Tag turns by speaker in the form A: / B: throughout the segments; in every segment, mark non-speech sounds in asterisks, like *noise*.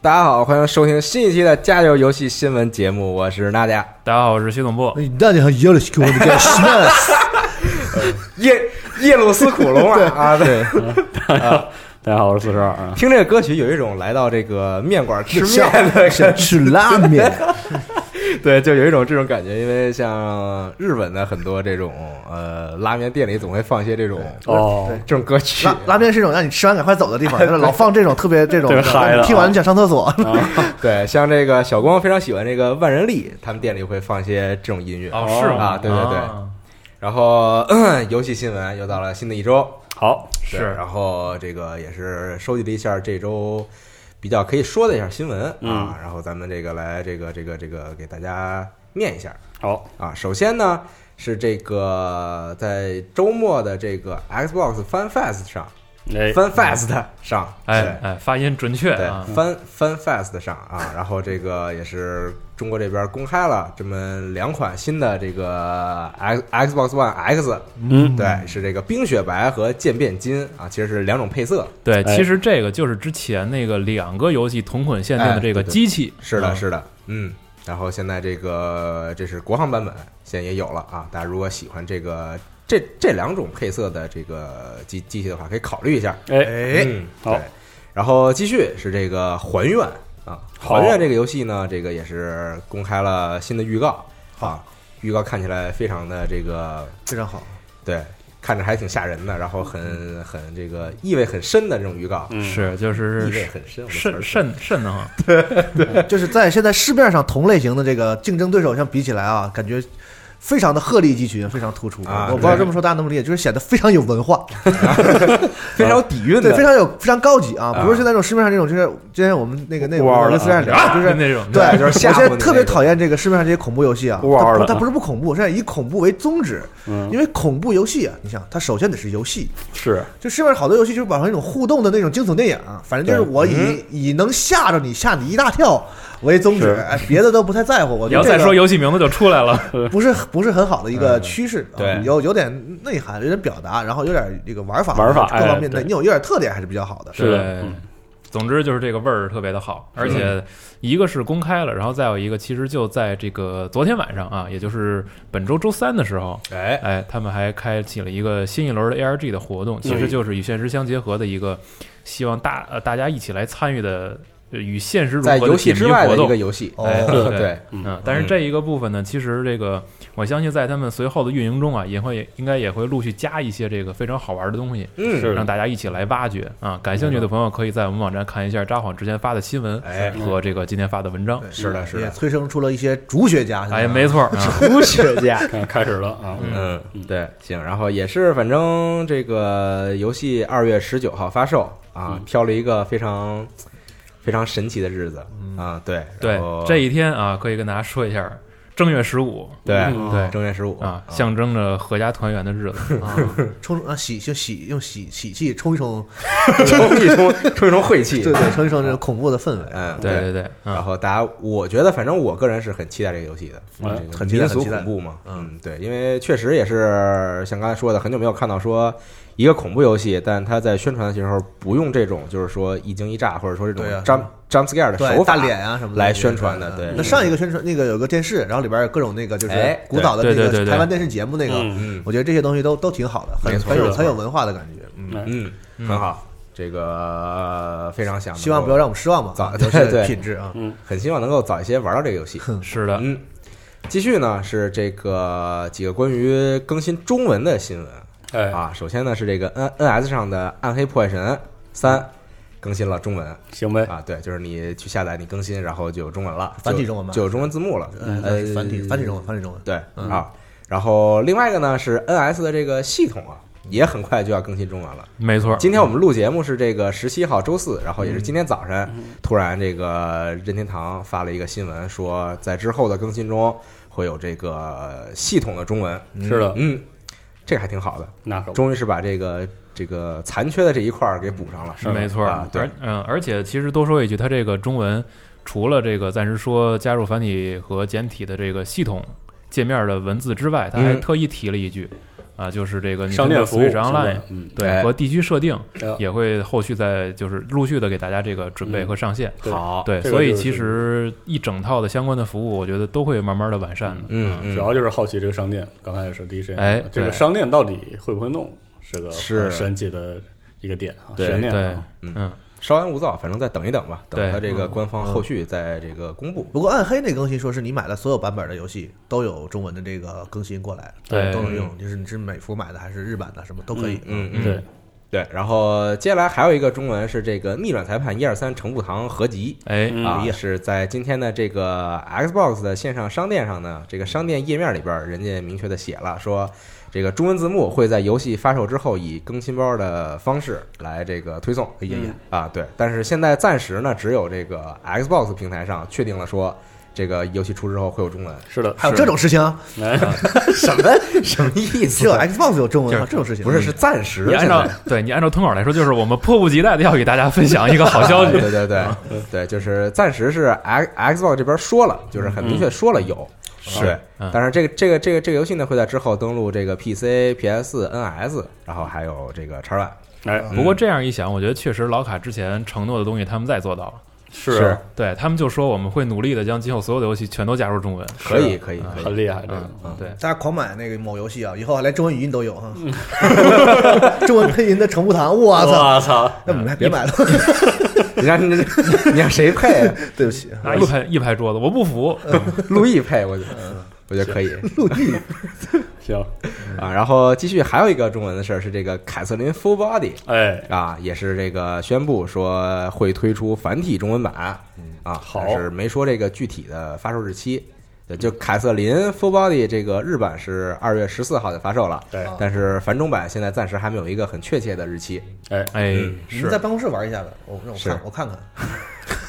A: 大家好，欢迎收听新一期的《加油游戏新闻节目》，我是娜姐。
B: 大家好，我是徐总
A: 哦
B: 部。
C: 哎那你很有 *laughs* 点给我们干什么？
A: 耶耶鲁斯苦龙啊啊！对，
D: *laughs* 大家好，我是四十二啊。
A: 听这个歌曲有一种来到这个面馆吃面的感
C: 吃拉面，
A: 觉， *laughs* 对，就有一种这种感觉。因为像日本的很多这种呃拉面店里总会放一些这种
D: 哦，
A: 这种歌曲
C: *laughs* 拉，拉面是一种让你吃完赶快走的地 *laughs* 方，就是老放这种特别这种
D: 特别嗨的啊
C: 听完就想上厕所。
A: 对，像这个小光非常喜欢这个万人力，他们店里会放一些这种音乐。
B: 哦，是吗？
A: 啊对对对
B: 啊
A: 然后、嗯游戏新闻又到了新的一周，
D: 好，
A: 对
B: 是
A: 然后这个也是收集了一下这周比较可以说的一下新闻啊，
D: 嗯
A: 然后咱们这个来这个这个这个给大家念一下
D: 好，
A: 啊。首先呢是这个在周末的这个 Xbox Fan Fest 上、
D: 哎，
A: f a n Fest 上，
B: 哎哎，发音准确
A: 对对
B: 啊！
A: ，Fan Fan Fest 上啊，然后这个也是中国这边公开了这么两款新的这个 X Xbox One X
D: 嗯，
A: 对，是这个冰雪白和渐变金啊，其实是两种配色。
B: 对，
D: 哎
B: 其实这个就是之前那个两个游戏同捆限定
A: 哎
B: 的这个
A: 对对
B: 机器。
A: 是的，
B: 嗯
A: 是的，嗯。然后现在这个这是国行版本，现在也有了啊。大家如果喜欢这个这这两种配色的这个机机器的话，可以考虑一下。 *laughs*
C: *laughs*
D: 哎，
C: 哎，
A: 嗯，
D: 好
A: 对。然后继续是这个还愿啊，还
D: 好
A: 愿这个游戏呢，这个也是公开了新的预告啊，预告看起来非常的这个
C: 非常好，
A: 对，看着还挺吓人的，然后很很这个意味很深的这种预告，
D: 嗯
B: 是，就是
A: 意味很深，我的词
B: 肾
A: 儿
B: 肾肾的慌。
C: 就是在现在市面上同类型的这个竞争对手相比起来啊，感觉。非常的鹤立鸡群，非常突出。
A: 啊
C: 我不知道
A: 对
C: 这么说大家能不能理解，就是显得非常有文化，
A: 非常有底蕴
C: 对，
A: 的，
C: 非常有非常高级啊，
A: 啊
C: 不是现在这种市面上这种，就是之前我们那个那个
D: 哇
C: 我跟四站聊，就是
B: 那种
C: 对，
A: 就是吓
C: 我
A: 唬
C: 现
A: 你
C: 在特别
A: 那种
C: 讨厌这个市面上这些恐怖游戏啊，
D: 嗯不玩
C: 它不
D: 了
C: 它不是不恐怖，是以恐怖为宗旨，
D: 嗯
C: 因为恐怖游戏啊，你想它首先得是游戏，
D: 是，
C: 就市面上好多游戏就是搞成一种互动的那种惊悚电影，啊反正就是
D: 对嗯
C: 我以、以能吓着你吓你一大跳为宗旨
D: 是，
C: 哎别的都不太在乎。我
B: 你
C: 觉
B: 要
C: 得这
B: 再
C: 个
B: 说游戏名字就出来了。
C: 不是不是很好的一
D: 嗯
C: 个趋势，啊
A: 对
C: 有有点内涵，有点表达，然后有点这个玩法啊
D: 玩法
C: 各
D: 哎
C: 方面的，
D: 对
C: 你有有点特点还是比较好的。
D: 是的
B: 对
D: 嗯
B: 总之就是这个味儿特别的好，而且一个是公开了，然后再有一个其实就在这个昨天晚上啊，也就是本周周三的时候，
A: 哎，
B: 哎，他们还开启了一个新一轮的 ARG 的活动，其实就是与现实相结合的一个，希望大呃大家一起来参与的呃与现实融
A: 在
B: 合
A: 游
B: 的
A: 戏
B: 解
A: 之
B: 谜
A: 外的
B: 活
A: 一个
B: 动。
A: 游戏，
C: 哦
B: 哎，
D: 对
A: 对，
B: 嗯，但是这一个部分呢，其实这个我相信在他们随后的运营中啊，也会应该也会陆续加一些这个非常好玩的东西，
A: 嗯，
D: 是
B: 让大家一起来挖掘啊。感兴趣的朋友可以在我们网站看一下扎晃之前发的新闻
A: 哎
B: 和这个今天发的文章。
A: 是的，是
C: 也
A: 的，
C: 催生出了一些儒学家。
B: 哎，没
C: 错，
B: 错儿，啊
A: 科学
D: *laughs*
A: 家，
D: 看开始了啊，
A: 嗯，对，行，然后也是，反正这个游戏二月十九号发售啊，
B: 嗯
A: 挑了一个非常非常神奇的日子啊，对，
B: 嗯对
A: 然后
B: 这一天啊，可以跟大家说一下，正月十五
A: 对
D: 嗯
B: 对
A: 正月十五
B: 啊，
A: *laughs*
B: 象征着合家团圆的日子。
C: 冲啊喜就喜用喜喜气冲一冲，
A: 冲一冲冲一冲晦气
C: 对，对，冲一冲这种恐怖的氛围。
A: 嗯，
B: 对对对，
A: 然
B: 啊，
A: 后大家，我觉得反正我个人是很期待这个游戏的，
D: 嗯
A: 这个
C: 很期待
A: 民俗
C: 很期待
A: 恐怖嘛，
C: 嗯
A: 嗯，对，因为确实也是像刚才说的，很久没有看到说一个恐怖游戏，但它在宣传的时候不用这种就是说一惊一乍或者说这种
C: 对啊
A: jump jump scare 的
C: 对
A: 手法
C: 大脸啊什么的
A: 来宣传的，对，
C: 那上一个宣传那个有个电视，然后里边有各种那个就是
A: 哎
C: 古早的
B: 对
C: 那
B: 对对
C: 个
B: 对对
C: 台湾电视节目那个
D: 嗯，
A: 嗯
C: 我觉得这些东西都都挺好的，
A: 没
C: 很
A: 错
C: 很
D: 是
C: 有
D: 的
C: 很有文化的感觉。嗯，
D: 哎
A: 嗯，很好。这个非常想能够
C: 希望不要让我们失望吧。
A: 早
C: 游戏
A: 对 *laughs*
C: 的
A: 对
C: 品质啊，
A: 很希望能够早一些玩到这个游戏。
B: 是的，
A: 嗯，继续呢是这个几个关于更新中文的新闻
D: 哎，
A: 啊。首先呢是这个 N N S 上的《暗黑破坏神三》
C: 嗯
A: 更新了中文
D: 行呗，
A: 啊，对，就是你去下载你更新，然后就有中文了，
C: 哎啊繁体
A: 就
C: 中文吧
A: 就有中文字幕了，呃，
C: 嗯繁体繁体中文，繁体中文。
A: 对
C: 嗯
A: 啊。然后另外一个呢是 N S 的这个系统啊，也很快就要更新中文了。
C: 嗯
B: 没错。
A: 今天我们录节目是这个十七号周四，然后也是
C: 嗯
A: 今天早晨，突然这个任天堂发了一个新闻，说在之后的更新中会有这个系统的中文。
D: 是的，
A: 嗯，这个还挺好的，
D: 那可不，
A: 终于是把这个这个残缺的这一块儿给补上了。
B: 是没错
A: 啊对
B: 而嗯，而且其实多说一句，它这个中文除了这个暂时说加入繁体和简体的这个系统界面的文字之外，它还
A: 嗯
B: 特意提了一句啊，就是这个
D: 商店服务
B: Switch Online
D: 嗯，
B: 对
A: 哎
B: 和地区设定
D: 哎
B: 也会后续在就是陆续的给大家这个准备和上线。
D: 对
A: 好，
B: 对，
D: 这个
B: 所以
D: 就是
B: 其实一整套的相关的服务，我觉得都会慢慢的完善的。
A: 嗯，嗯
D: 主要就是好奇这个商店，刚开始是第一时间，啊
B: 哎
D: 这个
B: 对
D: 商店到底会不会弄，是个
A: 是
D: 很神奇的一个点啊，
A: 对
D: 悬念
B: 对
D: 啊，，
B: 嗯，
A: 稍安勿躁，反正再等一等吧，等
B: 对
A: 它这个官方
C: 嗯
A: 后续再这个公布。
C: 不过暗黑那更新说是你买的所有版本的游戏都有中文的这个更新过来，
B: 对
C: 都能用，就是你是美服买的还是日版的，什么都可以。
A: 嗯嗯，
D: 对，
A: 对。然后接下来还有一个中文是这个《逆转裁判》一二三程步堂合集。
B: 哎，
D: 嗯
A: 啊，
C: 哎呀
A: 是在今天的这个 Xbox 的线上商店上呢，这个商店页面里边儿，人家明确的写了说，这个中文字幕会在游戏发售之后以更新包的方式来这个推送。哎呀
B: 嗯
A: 呀啊，对，但是现在暂时呢，只有这个 Xbox 平台上确定了说。这个游戏出之后会有中文，
D: 是的，
C: 还有
D: 是
C: 这种事情啊，
D: 哎
A: *laughs*
C: *laughs*
A: 什么什么意
C: 只
A: 思
C: 有？Xbox 有中文啊，这种事情
A: 不是，是暂时。
B: 你按照对你按照通稿来说，就是我们迫不及待的要给大家分享一个好消息。
A: 啊对对对对，就是暂时是 X Xbox 这边说了，就是很明确说了有。啊对，
B: 嗯
A: 但是这个这个这个这个游戏呢，会在之后登录这个 PC、PS、NS，然后还有这个 X One，
D: 哎
B: 不过这样一想，我觉得确实老卡之前承诺的东西他们再做到了。
D: 是
B: 对他们就说我们会努力的将今后所有的游戏全都加入中文。
A: 可以可以可以，
D: 很厉害，这个
B: 嗯，对，
C: 大家狂买那个某游戏啊，以后连中文语音都有啊哈， *laughs* 中文配音的程步堂，我操，
D: 我操，
C: 那我们还别买了，
A: 你让你你让谁配？啊
C: *laughs* 对不起，
B: 那一拍一拍桌子，我不服。
A: 陆毅配，我觉得我觉得可以
D: 行，
A: 啊。然后继续还有一个中文的事儿是这个凯瑟琳 Full Body。
D: 哎，
A: 啊，也是这个宣布说会推出繁体中文版啊，
D: 嗯好
A: 但是没说这个具体的发售日期。对，就凯瑟琳 Full Body 这个日版是二月十四号就发售了，
D: 对，
A: 但是繁中版现在暂时还没有一个很确切的日期。 *laughs*
D: 哎，
B: 哎，
C: 你们
B: 是
C: 在办公室玩一下子，我让我
A: 是
C: 看我看看，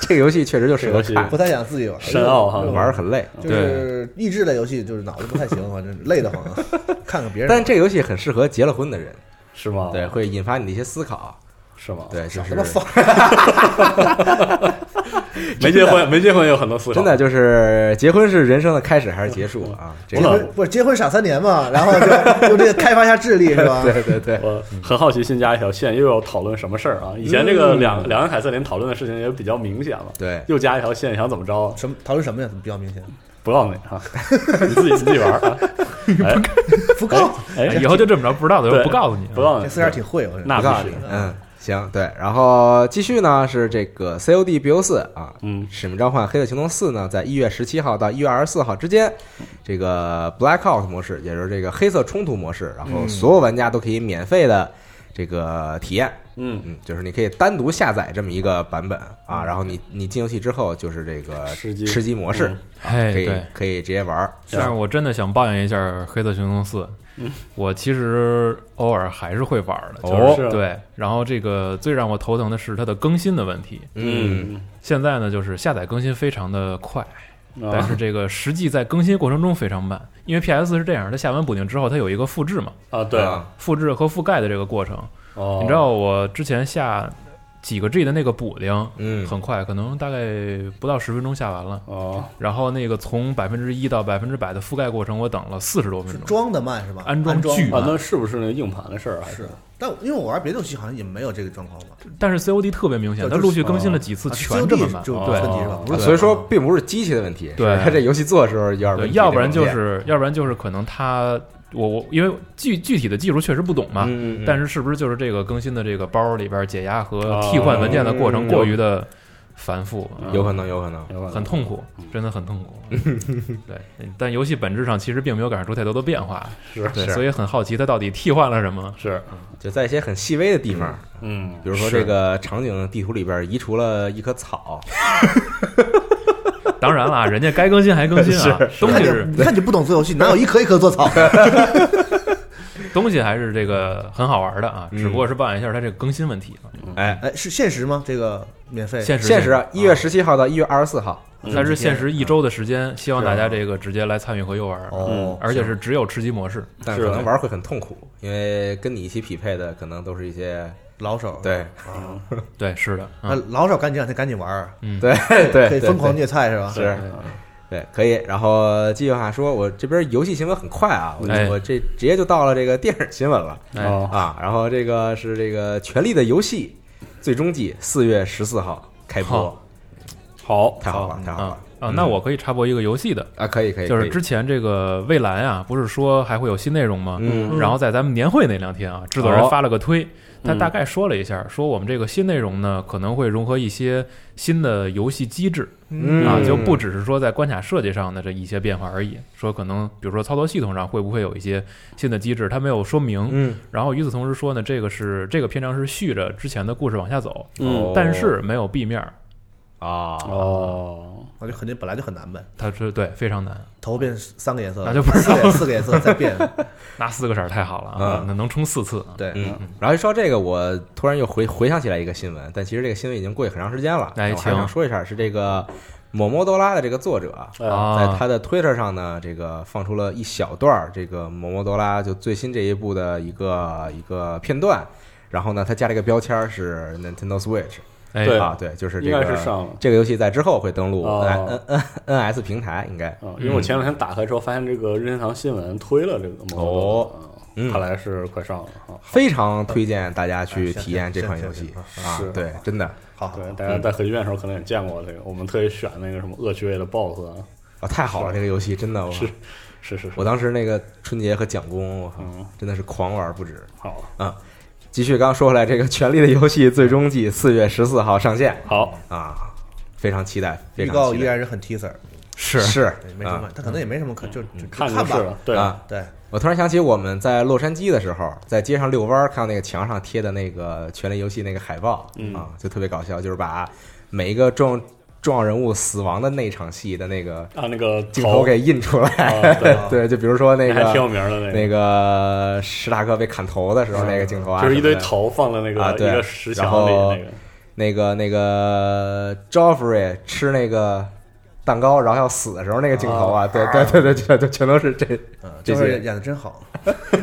A: 这个游戏确实就适合
D: 这个游
A: 看
D: 戏，嗯
C: 不太想自己玩，
D: 深奥哈
A: 玩儿很累。
C: 就是益智类游戏，就是脑子不太行，反正累得 *laughs* 慌啊，看看别人玩，
A: 但这个游戏很适合结了婚的人，
D: 是吗？
A: 对，，会引发你的一些思
D: 哦
A: 考。
D: 是吗？，
A: 对，就
C: 少
A: 是
C: 他妈放
D: 没结婚，没结婚有很多思考，
A: 真的就是结婚是人生的开始还是结束啊？
D: 嗯
A: 这
C: 结
A: 个
C: 婚不是结婚傻三年嘛，然后就 *laughs* 用这个开发一下智力是 *laughs* 吧？
A: 对对对，
D: 我很好奇新加一条线又要讨论什么事儿啊？以前这个两两个凯瑟琳讨论的事情也比较明显了，
A: 对
D: 又加一条线，想怎么着？
C: 什么讨论什么呀？怎么比较 *laughs* 明显？不
D: 不告诉你啊，你自己你自己玩儿啊。哎
C: 不够，
D: 哎，
B: 以后就这么着，不知道的
D: 对
B: 我不告诉你。
D: 不告诉
C: 这
D: 你，
C: 四十二挺会，我
D: 那
A: 不告
D: 必
A: 诉你
D: 须，
A: 嗯，行，对，然后继续呢是这个 COD BO 四啊，
D: 嗯
A: 《使命召唤：黑色行动四》呢，在一月十七号到一月二十四号之间，这个 Blackout 模式，也就是这个黑色冲突模式，然后所有玩家都可以免费的这个体验，
D: 嗯，
A: 嗯，就是你可以单独下载这么一个版本啊，然后你你进游戏之后就是这个
D: 吃鸡
A: 吃鸡模式，
B: 哎，
A: 可以
B: 对。
A: 可以直接玩儿，
B: 但是我真的想抱怨一下《黑色行动四》，我其实偶尔还是会玩的，就是
D: 是
B: 对。然后这个最让我头疼的是它的更新的问题。
A: 嗯，
B: 现在呢，就是下载更新非常的快，但
D: 啊
B: 是这个实际在更新过程中非常慢，因为 PS 是这样，它下完补丁之后，它有一个复制嘛，
D: 啊，对，
A: 啊
B: 复制和覆盖的这个过程。
D: 哦，
B: 你知道我之前下几个 G 的那个补丁，
A: 嗯
B: 很快，可能大概不到十分钟下完了。
D: 哦，
B: 然后那个从百分之一到百分之百的覆盖过程，我等了四十多
C: 是
B: 分钟。
C: 装的慢是吧？
B: 安装
C: 安装
B: 巨
D: 啊，
B: 慢
D: 那是不是那硬盘的事儿啊？
C: 是，但因为我玩别的游戏好像也没有这个状况吧？
B: 但是 COD 特别明显，
C: 对
B: 它
C: 就是
B: 陆续更新了几次，
C: 啊
B: 全这么哦
C: COD
B: 慢。
C: 就有
B: 对
C: 问题是吧？不是
A: 哦所以说并不是机器的问题，
B: 对
A: 是他这游戏做的时候有点问
B: 对，
A: 题，
B: 呃要不然
A: 这
B: 就
A: 个软件
B: 是，要不然就是可能它我我因为具具体的技术确实不懂嘛，
A: 嗯，
B: 但
A: 是
B: 是是不是就是这个更新的这个包里边解压和替换文件的过程
A: 哦
B: 过于的繁复，啊
A: 有可能，有可能，
D: 有可能
B: 很痛苦，真的很痛苦。对，但游戏本质上其实并没有感受出太多的变化，
D: 是
B: 对，
A: 是
B: 所以很好奇它到底替换了什么。
D: 是，
A: 就在一些很细微的地方，
D: 嗯，
A: 比如说
B: 是
A: 这个场景地图里边移除了一棵草，
B: 当然啦，人家该更新还更新啊，东
C: 看
B: 西
C: 你
B: 是
C: 你看你不懂做游戏，哪有一颗一颗做草的？
B: 东西还是这个很好玩的啊，
A: 嗯
B: 只不过是抱怨一下它这个更新问题。啊
A: 哎，
C: 哎，是限时吗？这个免费？
B: 现实
A: 限时啊，一月
B: 啊
A: 十七号到一月二十四号，
B: 它是
A: 嗯
B: 限时一周的时间，希望大家这个直接来参与和游玩，
C: 哦，
B: 嗯而且是只有吃鸡模式。
A: 但
D: 是
A: 可能玩会很痛苦，因为跟你一起匹配的可能都是一些
C: 老手。
A: 对
B: 对，是的，
C: 啊
B: 嗯，，
C: 老手赶紧两天赶紧玩儿，
B: 嗯
A: 对对，
C: 可以
A: 对
C: 疯狂虐菜是吧？
A: 是对，可以。然后继续往下说，我这边游戏新闻很快啊，我、
B: 哎
A: 我这直接就到了这个电影新闻了
B: 哎
D: 哦
A: 啊。然后这个是这个《权力的游戏》最终季四月十四号开播
B: 好，
D: 好，
A: 太好了，太好
B: 啊
A: 了
B: 啊，
A: 嗯
B: 那我可以插播一个游戏的，
A: 啊！可以可以，
B: 就是
A: 可以
B: 之前这个蔚蓝啊，不是说还会有新内容吗？
A: 嗯
B: 然后在咱们年会那两天啊，制作人
D: 哦
B: 发了个推，他
D: 嗯
B: 大概说了一下，说我们这个新内容呢，可能会融合一些新的游戏机制
A: 嗯
B: 啊，就不只是说在关卡设计上的这一些变化而已，说可能比如说操作系统上会不会有一些新的机制，他没有说明。
A: 嗯
B: 然后与此同时说呢，这个是这个篇章是续着之前的故事往下走，
D: 嗯，
B: 但是没有 B 面儿，
A: 啊，
D: 哦，
C: 那就肯定本来就很难呗，
B: 它是对非常难，
C: 头变三个颜色，
B: 那就不知道
C: 四个四个颜色再变，
B: 那四个色儿太好了啊
A: 嗯，
B: 那能冲四次啊。
C: 对，
A: 嗯，然后一说这个，我突然又回回想起来一个新闻，但其实这个新闻已经过去很长时间了。
B: 哎
A: 但我还
B: 请
A: 想说一下，是这个某某多拉的这个作者，
D: 啊，
B: 啊
A: 在他的 Twitter 上呢，这个放出了一小段儿这个某某多拉就最新这一部的一个一个片段，然后呢，他加了一个标签儿是 Nintendo Switch
B: 哎
D: 对
A: 啊，对，就是这
D: 应该
A: 个
D: 是上了
A: 这个游戏在之后会登陆呃
D: 哦
A: N N N S 平台，应该
D: 嗯，因为我前两天打开之后，发现这个任天堂新闻推了这个摩托罗拉，
A: 嗯
D: 嗯看来是快上了啊。
A: 非常推荐大家去
C: 哎行
A: 体验这
C: 行
A: 款
C: 行
A: 游戏
C: 行
A: 啊
D: 是，
A: 对，真的
C: 好，好
D: 对，大家在核聚变的时候可能也见过这个，我们特意选那个什么恶趣味的 BOSS 啊，
A: 啊，太好了，这个游戏真的我
D: 是是是是，
A: 我当时那个春节和蒋工，我靠
D: 嗯，
A: 真的是狂玩不止。
D: 好
A: 继续刚说回来，这个《权力的游戏》最终季四月十四号上线
D: 好，
A: 啊，非常期待，非
C: 预
A: 常
C: 告
A: 期
C: 依
A: 待啊
C: 然是很 teaser，
B: 是
A: 是
C: 对，没什么，他可能也没什么可就就
D: 嗯看
C: 就
D: 就
C: 看
D: 是
C: 吧，
D: 了，对，
A: 嗯啊。
C: 对，
A: 我突然想起我们在洛杉矶的时候，在街上遛弯儿，看到那个墙上贴的那个《权力游戏》那个海报
D: 嗯
A: 啊，就特别搞笑，就是把每一个重重要人物死亡的那场戏的那个
D: 按啊那个
A: 镜
D: 头
A: 头给印出来。 *laughs*
D: 啊，对，
A: 对，就比如说那
D: 还挺
A: 个
D: 有名的
A: 那
D: 个，
A: 个史塔克被砍头的时候那个镜头啊，
D: 就是一堆
A: 什么的
D: 头放在那
A: 啊
D: 个
A: 对
D: 一个石
A: 然
D: 墙
A: 后
D: 里那个，
A: 那个那个 Joffrey 吃那个蛋糕，然后要死的时候那个镜头啊，对对对对，全都全都是这 *laughs*
C: 嗯，
A: 这
C: 就
A: 些
C: 是演的真好，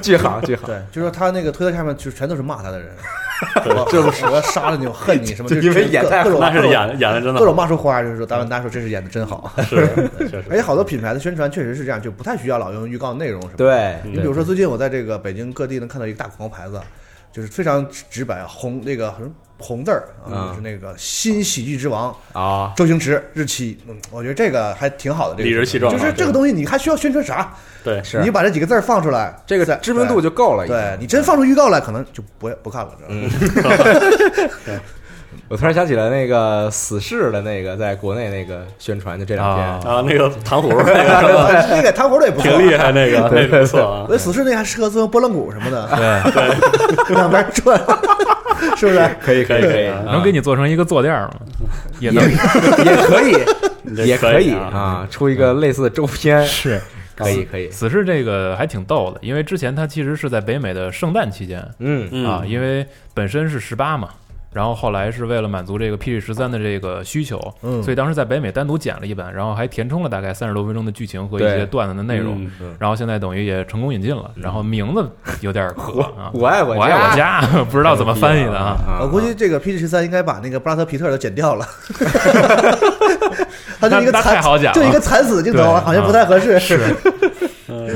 A: 巨好巨好，
C: 对，就说他那个推特下面就全都是骂他
A: *laughs*
C: 的人，哦就是我要杀了你，我恨你什么，
A: 就
C: 就是
A: 因为演
C: 各
A: 太好
C: 各种
D: 那
C: 各
D: 是
C: 种
D: 演的演的真的
C: 各种骂出花来，就是说，当然大家说这是演的真好，
A: *laughs*
D: 好，是确实，
A: 哎
C: 而且好多品牌的宣传确实是这样，就不太需要老用预告内容什么的。
A: 对，
C: 你比如说，最近我在这个北京各地能看到一个大广告牌子，就是非常直白，红那个什么红字儿
A: 嗯
C: 啊，就是那个新喜剧之王
A: 啊，
C: 周星驰日期。嗯，我觉得这个还挺好的，这个
D: 理直气壮啊
C: 就是这个东西，你还需要宣传啥？
D: 对，
A: 是
C: 你把这几个字儿放出来，
A: 这个
C: 在
A: 知名度就够了。
C: 对对你真放出预告来，可能就不不看了，知道
D: 嗯
C: 吗？
A: 我突然想起了那个死侍的那个在国内那个宣传，就这两天 *laughs*
B: 啊
D: 啊，那个糖葫芦那个是吧
C: 那个糖葫芦也不错啊
D: 挺。厉害，那个那个不错啊
C: 我觉，得死侍那个还适合做波浪鼓什么的，
B: 对，
C: *laughs* 两边转，是不是？
A: 可以可以
D: 可以
A: 可以，
D: 啊
B: 能给你做成一个坐垫儿吗？也 *laughs* 能
A: 也可
D: 你
A: 以
D: 这
A: 也
D: 可以
A: 以
D: 啊
A: 啊，出一个类似的周边，
B: 是。
A: 可以可以，
B: 死侍这个还挺逗的，因为之前它其实是在北美的圣诞期间
A: 嗯
D: 嗯
B: 啊，因为本身是十八嘛，然后后来是为了满足这个 PG 十三的这个需求，
C: 嗯
B: 所以当时在北美单独剪了一版，然后还填充了大概三十多分钟的剧情和一
A: 对
B: 些段子的内容
D: 嗯，
B: 然后现在等于也成功引进了，然后名字有点可啊，
A: 我爱我
B: 我爱我家，不知道怎么翻译的啊。
C: 我估计这个 PG 十三应该把那个布拉德皮特都剪掉了， *laughs* 他就一
B: 那
C: 个
B: 那太
C: 惨
B: 好讲了啊
C: *laughs* 就一个惨死的镜头，
B: 对
C: 好像不太合适。是，
D: 嗯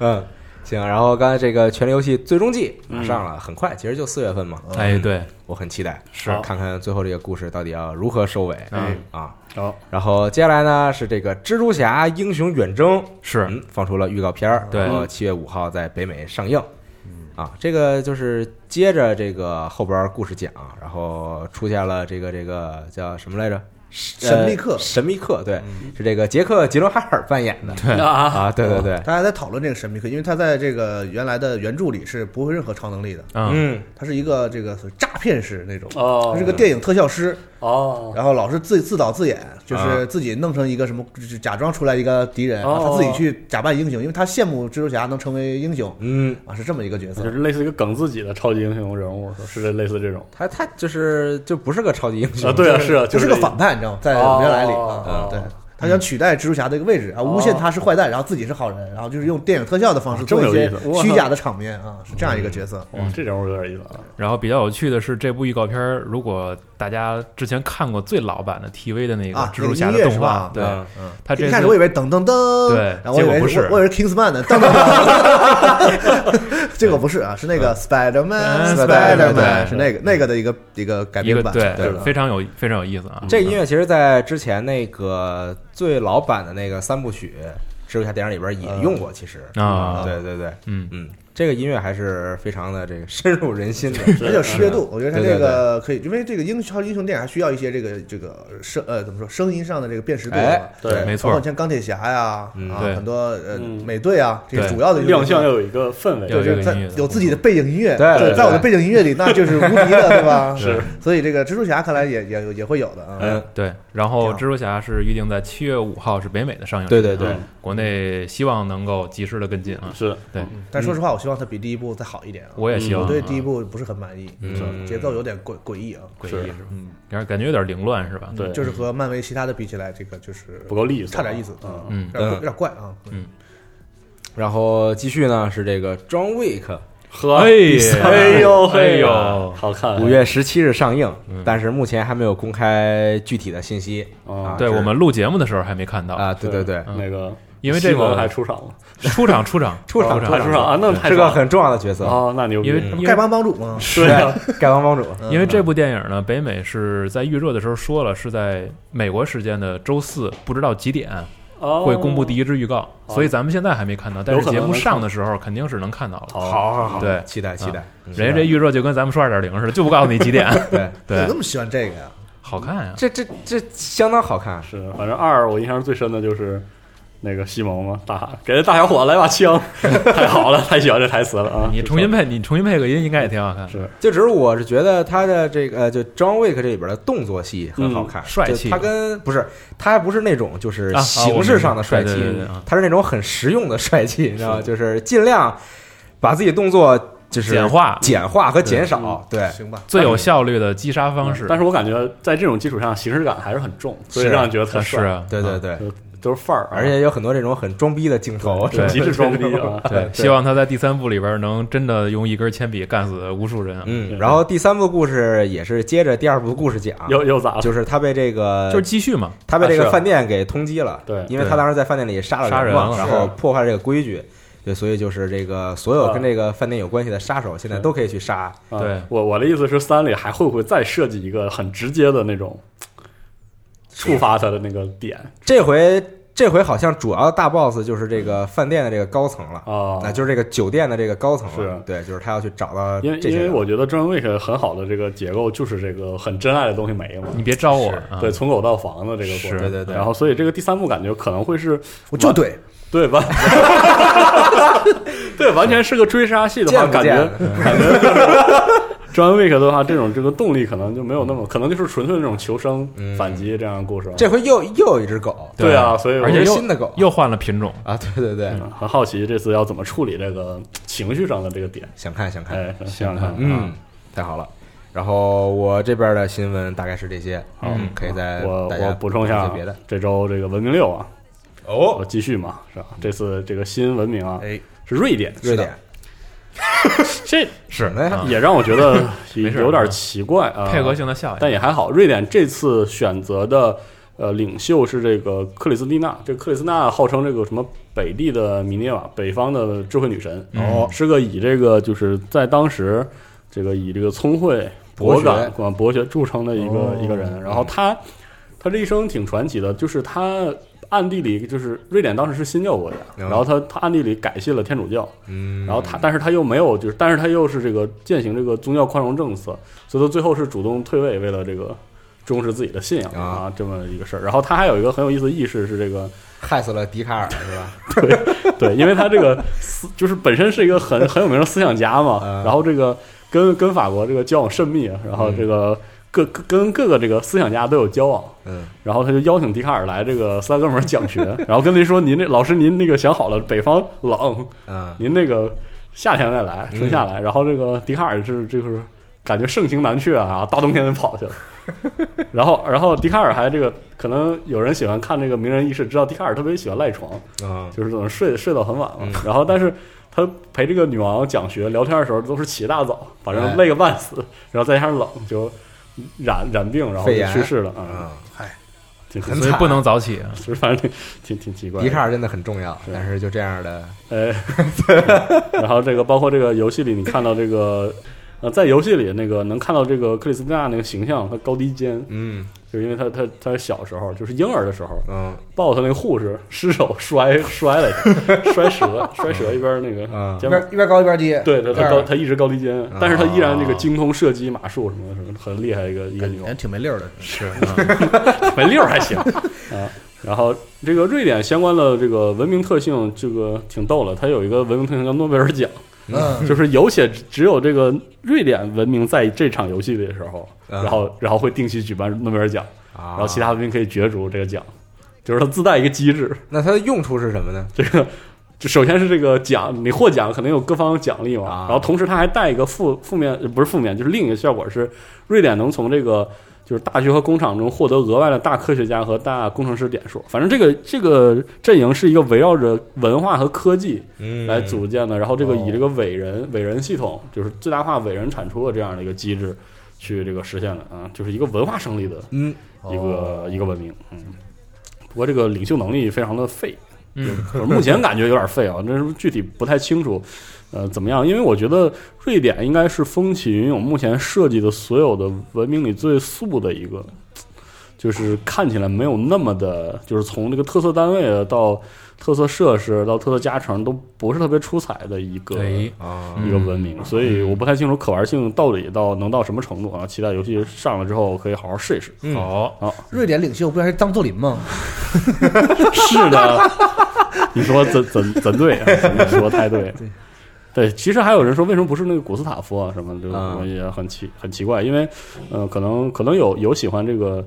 A: 嗯，行，然后刚才这个《权力游戏》最终季马上
C: 嗯
A: 了，很快，其实就四月份嘛，
B: 哎，对，
A: 我很期待，
B: 是
A: 好看看最后这个故事到底要如何收尾
B: 嗯
A: 啊。
D: 好，
A: 然后接下来呢是这个《蜘蛛侠：英雄远征》
B: 是
A: 嗯放出了预告片儿，
B: 对
A: 然后七月五号在北美上映。
C: 嗯
A: 啊，这个就是接着这个后边故事讲，然后出现了这个这个叫什么来着？
C: 神秘客嗯
A: 呃神秘客，对，是这个杰克·吉伦哈尔扮演的
D: 啊，
A: 啊，对对对，
C: 大家在讨论这个神秘客，因为他在这个原来的原著里是不会任何超能力的，
B: 嗯，
A: 嗯，
C: 他是一个这个诈骗师那种，
D: 哦
C: 他是个电影特效师，
D: 哦，
C: 然后老是自自导自演，就
A: 啊
C: 是自己弄成一个什么，就是假装出来一个敌人，然
D: 哦
C: 后他自己去假扮英雄，因为他羡慕蜘蛛侠能成为英雄
A: 嗯，
C: 啊，是这么一个角色
D: 就是。类似一个梗自己的超级英雄人物，是这类似这种
A: 他他就是就不是个超级英雄 *laughs*
D: 啊，对啊，是啊，
C: 就是个反派，你知道吗？在
D: 哦
C: 原来里啊
D: 哦，
C: 对，他想取代蜘蛛侠这个位置啊，诬陷他是坏蛋，然后自己是好人，然后就是用电影特效的方式
D: 哦这么
C: 做一些
D: 有意思
C: 虚假的场面啊，是这样一个角色。
D: 哇，这人物有点意思啊，
B: 然后比较有趣的是，这部预告片儿，如果大家之前看过最老版的 TV 的那个
C: 啊
B: 蜘蛛侠的动画，
C: 那
B: 对
C: 个
A: 嗯
C: 嗯，
B: 他这
C: 一开始我以
B: 次
C: 为噔噔噔，
B: 对
C: 然后我以
B: 结果
C: 为
B: 不是
C: 我我以为 Kingsman 呢，噔噔噔， *laughs* 结果不是啊，是那个 Spiderman
B: 嗯
C: Spiderman
B: 对
C: 是那个那个的一个一个改
B: 一
C: 编
B: 个
C: 版，
B: 对
C: 对
B: 对非常有非常有意思啊，
A: 这个音乐其实，在之前那个最老版的那个三部曲《蜘蛛侠》电影里边也用过，其实
B: 啊
A: 对对对，
B: 嗯
A: 嗯，这个音乐还是非常的这个深入人心的，
C: 而且有识别
B: 嗯
C: 度，我觉得它
A: 对对
C: 这个可以，因为这个英超级英雄电影还需要一些这个这个声呃怎么说声音上的这个辨识度啊，
A: 哎，
D: 对
B: 没
C: 包括
B: 错，
C: 像钢铁侠呀，
A: 嗯
C: 啊
B: 对
C: 很多呃
D: 嗯
C: 美队啊，这些
B: 对
C: 主要的
D: 亮相要有一个氛围，
B: 要有
C: 对，
B: 这个
C: 就在
B: 音乐的嗯
C: 有自己的背景音乐，
A: 对对对
C: 在我的背景音乐里那就是无敌的，对吧？
D: *laughs* 是，
C: 所以这个蜘蛛侠看来也也也会有的啊。
A: 嗯，
B: 对。然后
C: 挺好
B: 蜘蛛侠是预定在七月五号是北美的上映，
A: 对对对
B: 啊，国内希望能够及时的跟进啊，
D: 是
B: 对，
C: 但说实话，我希望它比第一部再好一点啊。
B: 我也希望
C: 我
B: 啊
C: 对第一部不是很满意，
A: 嗯
C: 节奏有点诡诡异啊，
B: 诡异
D: 是
B: 是吧？嗯，然后感觉有点凌乱是吧？
D: 对，
C: 就是和漫威其他的比起来，这个就是
D: 不够利索，
C: 差点意思，
D: 嗯，
B: 嗯
C: 有点有点怪啊。
A: 然后继续呢是这个《John Wick》
D: 呵，
B: 哎呀
D: 哎呦，
B: 哎呦
D: 呀好看，
A: 五月十七日上映，但是目前还没有公开具体的信息
D: 哦
A: 啊。
B: 对
A: 是
B: 我们录节目的时候还没看到
A: 啊，，对对对，
D: 那个
B: 因为这
D: 西蒙
B: 个
D: 还出场了，
B: 出场出场
A: 出场
B: 出
D: 还出场啊，那太
A: 是
D: 爽
A: 个
D: 了
A: 很重要的角色，
D: 哦，那牛逼，
B: 因为
A: 嗯
B: 因为
C: 丐帮帮主嘛，
D: 对啊，
A: 丐帮帮主，
C: 嗯
B: 因为这部电影呢，北美是在预热的时候说了，是在美国时间的周四，不知道几点
D: 哦
B: 会公布第一支预告，
D: 哦
B: 所以咱们现在还没看到，但
D: 有
B: 是
D: 可能
B: 节目
D: 能
B: 上的时候肯定是能看到了。
D: 好好好，
B: 对，
A: 期待期待，嗯
B: 人家这预热就跟咱们说二点零似的，就不告诉你几点。
A: 对，
C: 你
B: 对
C: 那，么喜欢这个呀？
B: 好看呀，
A: 这这这相当好看，
D: 是，反正二我印象最深的就是那个西蒙嘛，大喊给这大小伙子来
B: *laughs*
D: 把枪，太好了，太喜欢这台词了啊！
B: 你重新配，你重新配个音应该也挺好看。
D: 是
A: 就只是我是觉得他的这个呃，就 John Wick 这里边的动作戏很好看，
B: 嗯帅气
A: 就他跟不是他还不是那种就是
B: 啊啊
A: 形式上的帅气，
B: 我明白对对对啊
A: 他是那种很实用的帅气，你知道吗？就是尽量把自己动作就是
B: 简化嗯
A: 简化和减少，对，
C: 行吧，
B: 最有效率的击杀方式，
D: 但是我感觉在这种基础上，形式感还是很重，所以
A: 是
D: 让人觉得特
B: 啊是
D: 帅，
B: 啊，
A: 对对
B: 啊
A: 对，
D: 就都是范儿啊，
A: 而且有很多这种很装逼的镜头，
B: 对
A: 是吧
D: 极致装逼啊！
B: 对，希望他在第三部里边能真的用一根铅笔干死无数人啊。
A: 嗯，然后第三部故事也是接着第二部故事讲，
D: 又又咋了？
A: 就是他被这个
B: 就是继续嘛，
A: 他被这
D: 啊
A: 个
D: 是
A: 饭店给通缉了，
D: 对
A: 因为他当时在饭店里杀了
B: 杀人
A: 嘛
B: 了
A: 然后破坏这个规矩，对，所以就是这个所有跟这个饭店有关系的杀手现在都可以去杀，
D: 啊
B: 对
D: 我我的意思是，三里还会不会再设计一个很直接的那种触发他的那个点
A: 这回这回好像主要的大 boss 就是这个饭店的这个高层了，
D: 啊？
A: 啊，就是这个酒店的这个高层了
D: 是，
A: 对，就是他要去找到
D: 因为
A: 呃这
D: 因
A: 些
D: 为
A: 人。
D: 我觉得《John Wick》很好的这个结构就是这个很真爱的东西没了，
B: 你别招我
A: 是
B: 啊。
D: 对，从狗到房的这个过
B: 是
D: 程，
A: 对对对
D: 然后所以这个第三部感觉可能会是
C: 我就怼，
D: 对
A: *laughs*
D: 完，对，完全是个追杀戏的话，
A: 见不
D: 感
A: 见
D: 觉感觉就是 *laughs* John Wick 的话，这种这个动力可能就没有那么，可能就是纯粹那种求生
A: 嗯
D: 反击这样的故事。
A: 这回又又有一只狗
D: 对啊，所以我
B: 而且
A: 是
B: 又
A: 新的狗
B: 又换了品种，
A: 啊，对对对，
D: 嗯很好奇这次要怎么处理这个情绪上的这
A: *laughs*
D: 个点。
A: 想看想看，
D: 哎，想想看，
A: 嗯，太好了。然后我这边的新闻大概是这些，
D: 好
A: 嗯，可以再
D: 我
A: 大家
D: 我补充一下
A: 一
D: 啊
A: 些别的，
D: 这周这个文明六啊，
A: 哦，
D: 我继续嘛，是吧？这次这个新文明啊
C: 哎，
D: 是瑞典，
A: 瑞典
D: 这
B: 是
A: 哎
B: 啊
D: 也让我觉得
A: *laughs*
B: 没事
D: 有点奇怪啊，
B: 配合性的效应，
D: 但也还好，瑞典这次选择的呃，领袖是这个克里斯蒂娜，这个克里斯蒂娜号称这个什么北地的米涅瓦，北方的智慧女神，
A: 哦，
D: 是个以这个就是在当时这个以这个聪慧、博感、管博学著称的一个、
C: 哦
D: 一个人。然后他他这一生挺传奇的，就是他暗地里就是瑞典当时是新教国家，
A: 嗯
D: 然后他他暗地里改信了天主教，
A: 嗯，
D: 然后他但是他又没有就是但是他又是这个践行这个宗教宽容政策，所以他最后是主动退位，为了这个。重视自己的信仰
A: 啊
D: 啊，这么一个事儿。然后他还有一个很有意思的意识是这个，
A: 害死了笛卡尔是吧？
D: *laughs* 对，因为他这个思就是本身是一个很很有名的思想家嘛
A: 嗯，
D: 然后这个跟跟法国这个交往甚密，然后这个各各跟各个这个思想家都有交往，
A: 嗯，
D: 然后他就邀请笛卡尔来这个斯拉哥们儿
A: *laughs*
D: 讲学，然后跟您说，您那老师您那个想好了，北方冷，
A: 嗯，
D: 您那个夏天再来，春夏来，然后这个笛卡尔是就是感觉盛情难却啊，大冬天就跑去了。然后，然后笛卡尔还这个，可能有人喜欢看这个名人轶事，知道笛卡尔特别喜欢赖床，
A: 嗯，
D: 就是总是睡睡到很晚嘛
A: 嗯。
D: 然后，但是他陪这个女王讲学聊天的时候，都是起大早，反
A: 哎
D: 正累个半死，然后再加上冷，就染染病，然后
A: 肺
D: 就
A: 炎
D: 去世了啊。
A: 嗯，
D: 挺
A: 很
B: 所以
A: 惨
B: 不能早起啊。
D: 就是反正挺挺奇怪的。
A: 笛卡尔真的很重要，
D: 是
A: 但是就这样的，
D: 呃，然后这个包括这个游戏里，你看到这个呃，在游戏里那个能看到这个克里斯蒂娜那个形象，她高低肩，
A: 嗯
D: 就是因为她她她小时候就是婴儿的时候，
A: 嗯
D: 抱她那个护士失手摔摔了， *laughs* 摔折摔折一边那个
A: 嗯，
D: 肩膀。
C: 一边高一边低，
D: *laughs* 对，她她
A: 这
D: 高，
A: 儿
D: 她一直高低肩，但是她依然这个精通射击、马术什么的，什么很厉害一个一个女王
C: 啊感觉。挺没溜儿的。
B: 是，
D: 没溜儿还行啊。然后这个瑞典相关的这个文明特性，这个挺逗了，它有一个文明特性叫诺贝尔奖，
C: 嗯，
D: 就是有且只有这个瑞典文明在这场游戏里的时候，
A: 嗯
D: 然后然后会定期举办诺贝尔奖，
A: 啊，
D: 然后其他文明可以角逐这个奖，就是它自带一个机制，
A: 那它的用处是什么呢？
D: 这个。就首先是这个奖，你获奖肯定有各方奖励嘛，
A: 啊
D: 然后同时它还带一个负负面，不是负面，就是另一个效果是，瑞典能从这个就是大学和工厂中获得额外的大科学家和大工程师点数。反正这个这个阵营是一个围绕着文化和科技
A: 嗯
D: 来组建的，然后这个
C: 哦
D: 以这个伟人伟人系统，就是最大化伟人产出的这样的一个机制去这个实现的啊，就是一个文化胜利的
A: 嗯，
D: 一个、
B: 哦
D: 一个文明。嗯，不过这个领袖能力非常的废，
B: 嗯，
D: 可是目前感觉有点废啊，但是具体不太清楚，呃，怎么样？因为我觉得瑞典应该是风起云涌目前设计的所有的文明里最素的一个，就是看起来没有那么的，就是从这个特色单位啊到特色设施到特色加成都不是特别出彩的一个。
B: 对，
A: 啊，
B: 嗯
D: 一个文明，所以我不太清楚可玩性到底到能到什么程度啊！期待游戏上了之后可以好好试一试。
A: 嗯
B: 好，
C: 瑞典领袖不还是张作霖吗？
D: 是的， *laughs* 你说怎怎怎对啊？你说太对。对，其实还有人说为什么不是那个古斯塔夫啊什么的，这个
A: 啊
D: 我也很奇很奇怪，因为呃，可能可能有有喜欢这个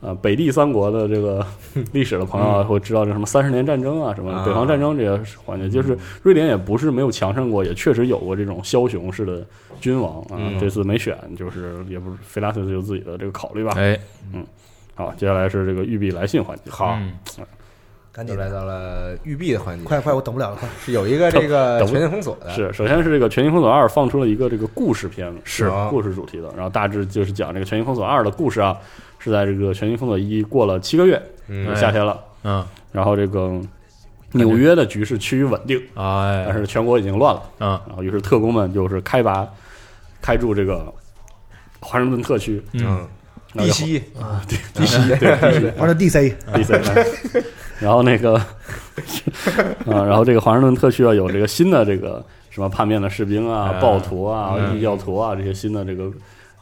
D: 呃北地三国的这个历史的朋友啊会知道这什么三十年战争啊什么
A: 嗯啊嗯
D: 北方战争这些环节，就是瑞典也不是没有强盛过，也确实有过这种枭雄式的君王啊
A: 嗯。
D: 这次没选，就是也不是菲拉斯有自己的这个考虑吧。
B: 哎，
D: 好，接下来是这个玉璧来信环节。
A: 好，
B: 嗯
C: 赶
A: 又
C: 紧
A: 来
C: 的，
A: 到了玉璧的环节，
C: 快快，我等不了了，快！
A: 是有一个这个
D: 嗯 *laughs* 等不
A: 全境封锁的，
D: 是，首先是这个《全境封锁二》放出了一个这个故事片，
B: 是
A: 啊
D: 故事主题的，然后大致就是讲这个《全境封锁二》的故事啊，是在这个《全境封锁一》过了七个月，
A: 嗯
B: 哎
D: 夏天了，
B: 嗯，
D: 然后这个纽约的局势趋于稳定，但
B: 哎，
D: 是全国已经乱了，
B: 嗯
D: 然后于是特工们就是开拔、开驻这个华盛顿特区，
B: 嗯，
A: 嗯，
D: 然后
A: 地
D: 就
A: 西
D: 啊，对，地西，对，地西，
C: 玩的 DC，
D: 第三张，然后那个， *laughs* 啊，然后这个华盛顿特区啊，有这个新的这个什么叛变的士兵啊
B: 啊、
D: 暴徒啊、
B: 嗯
D: 异教徒啊这些新的这个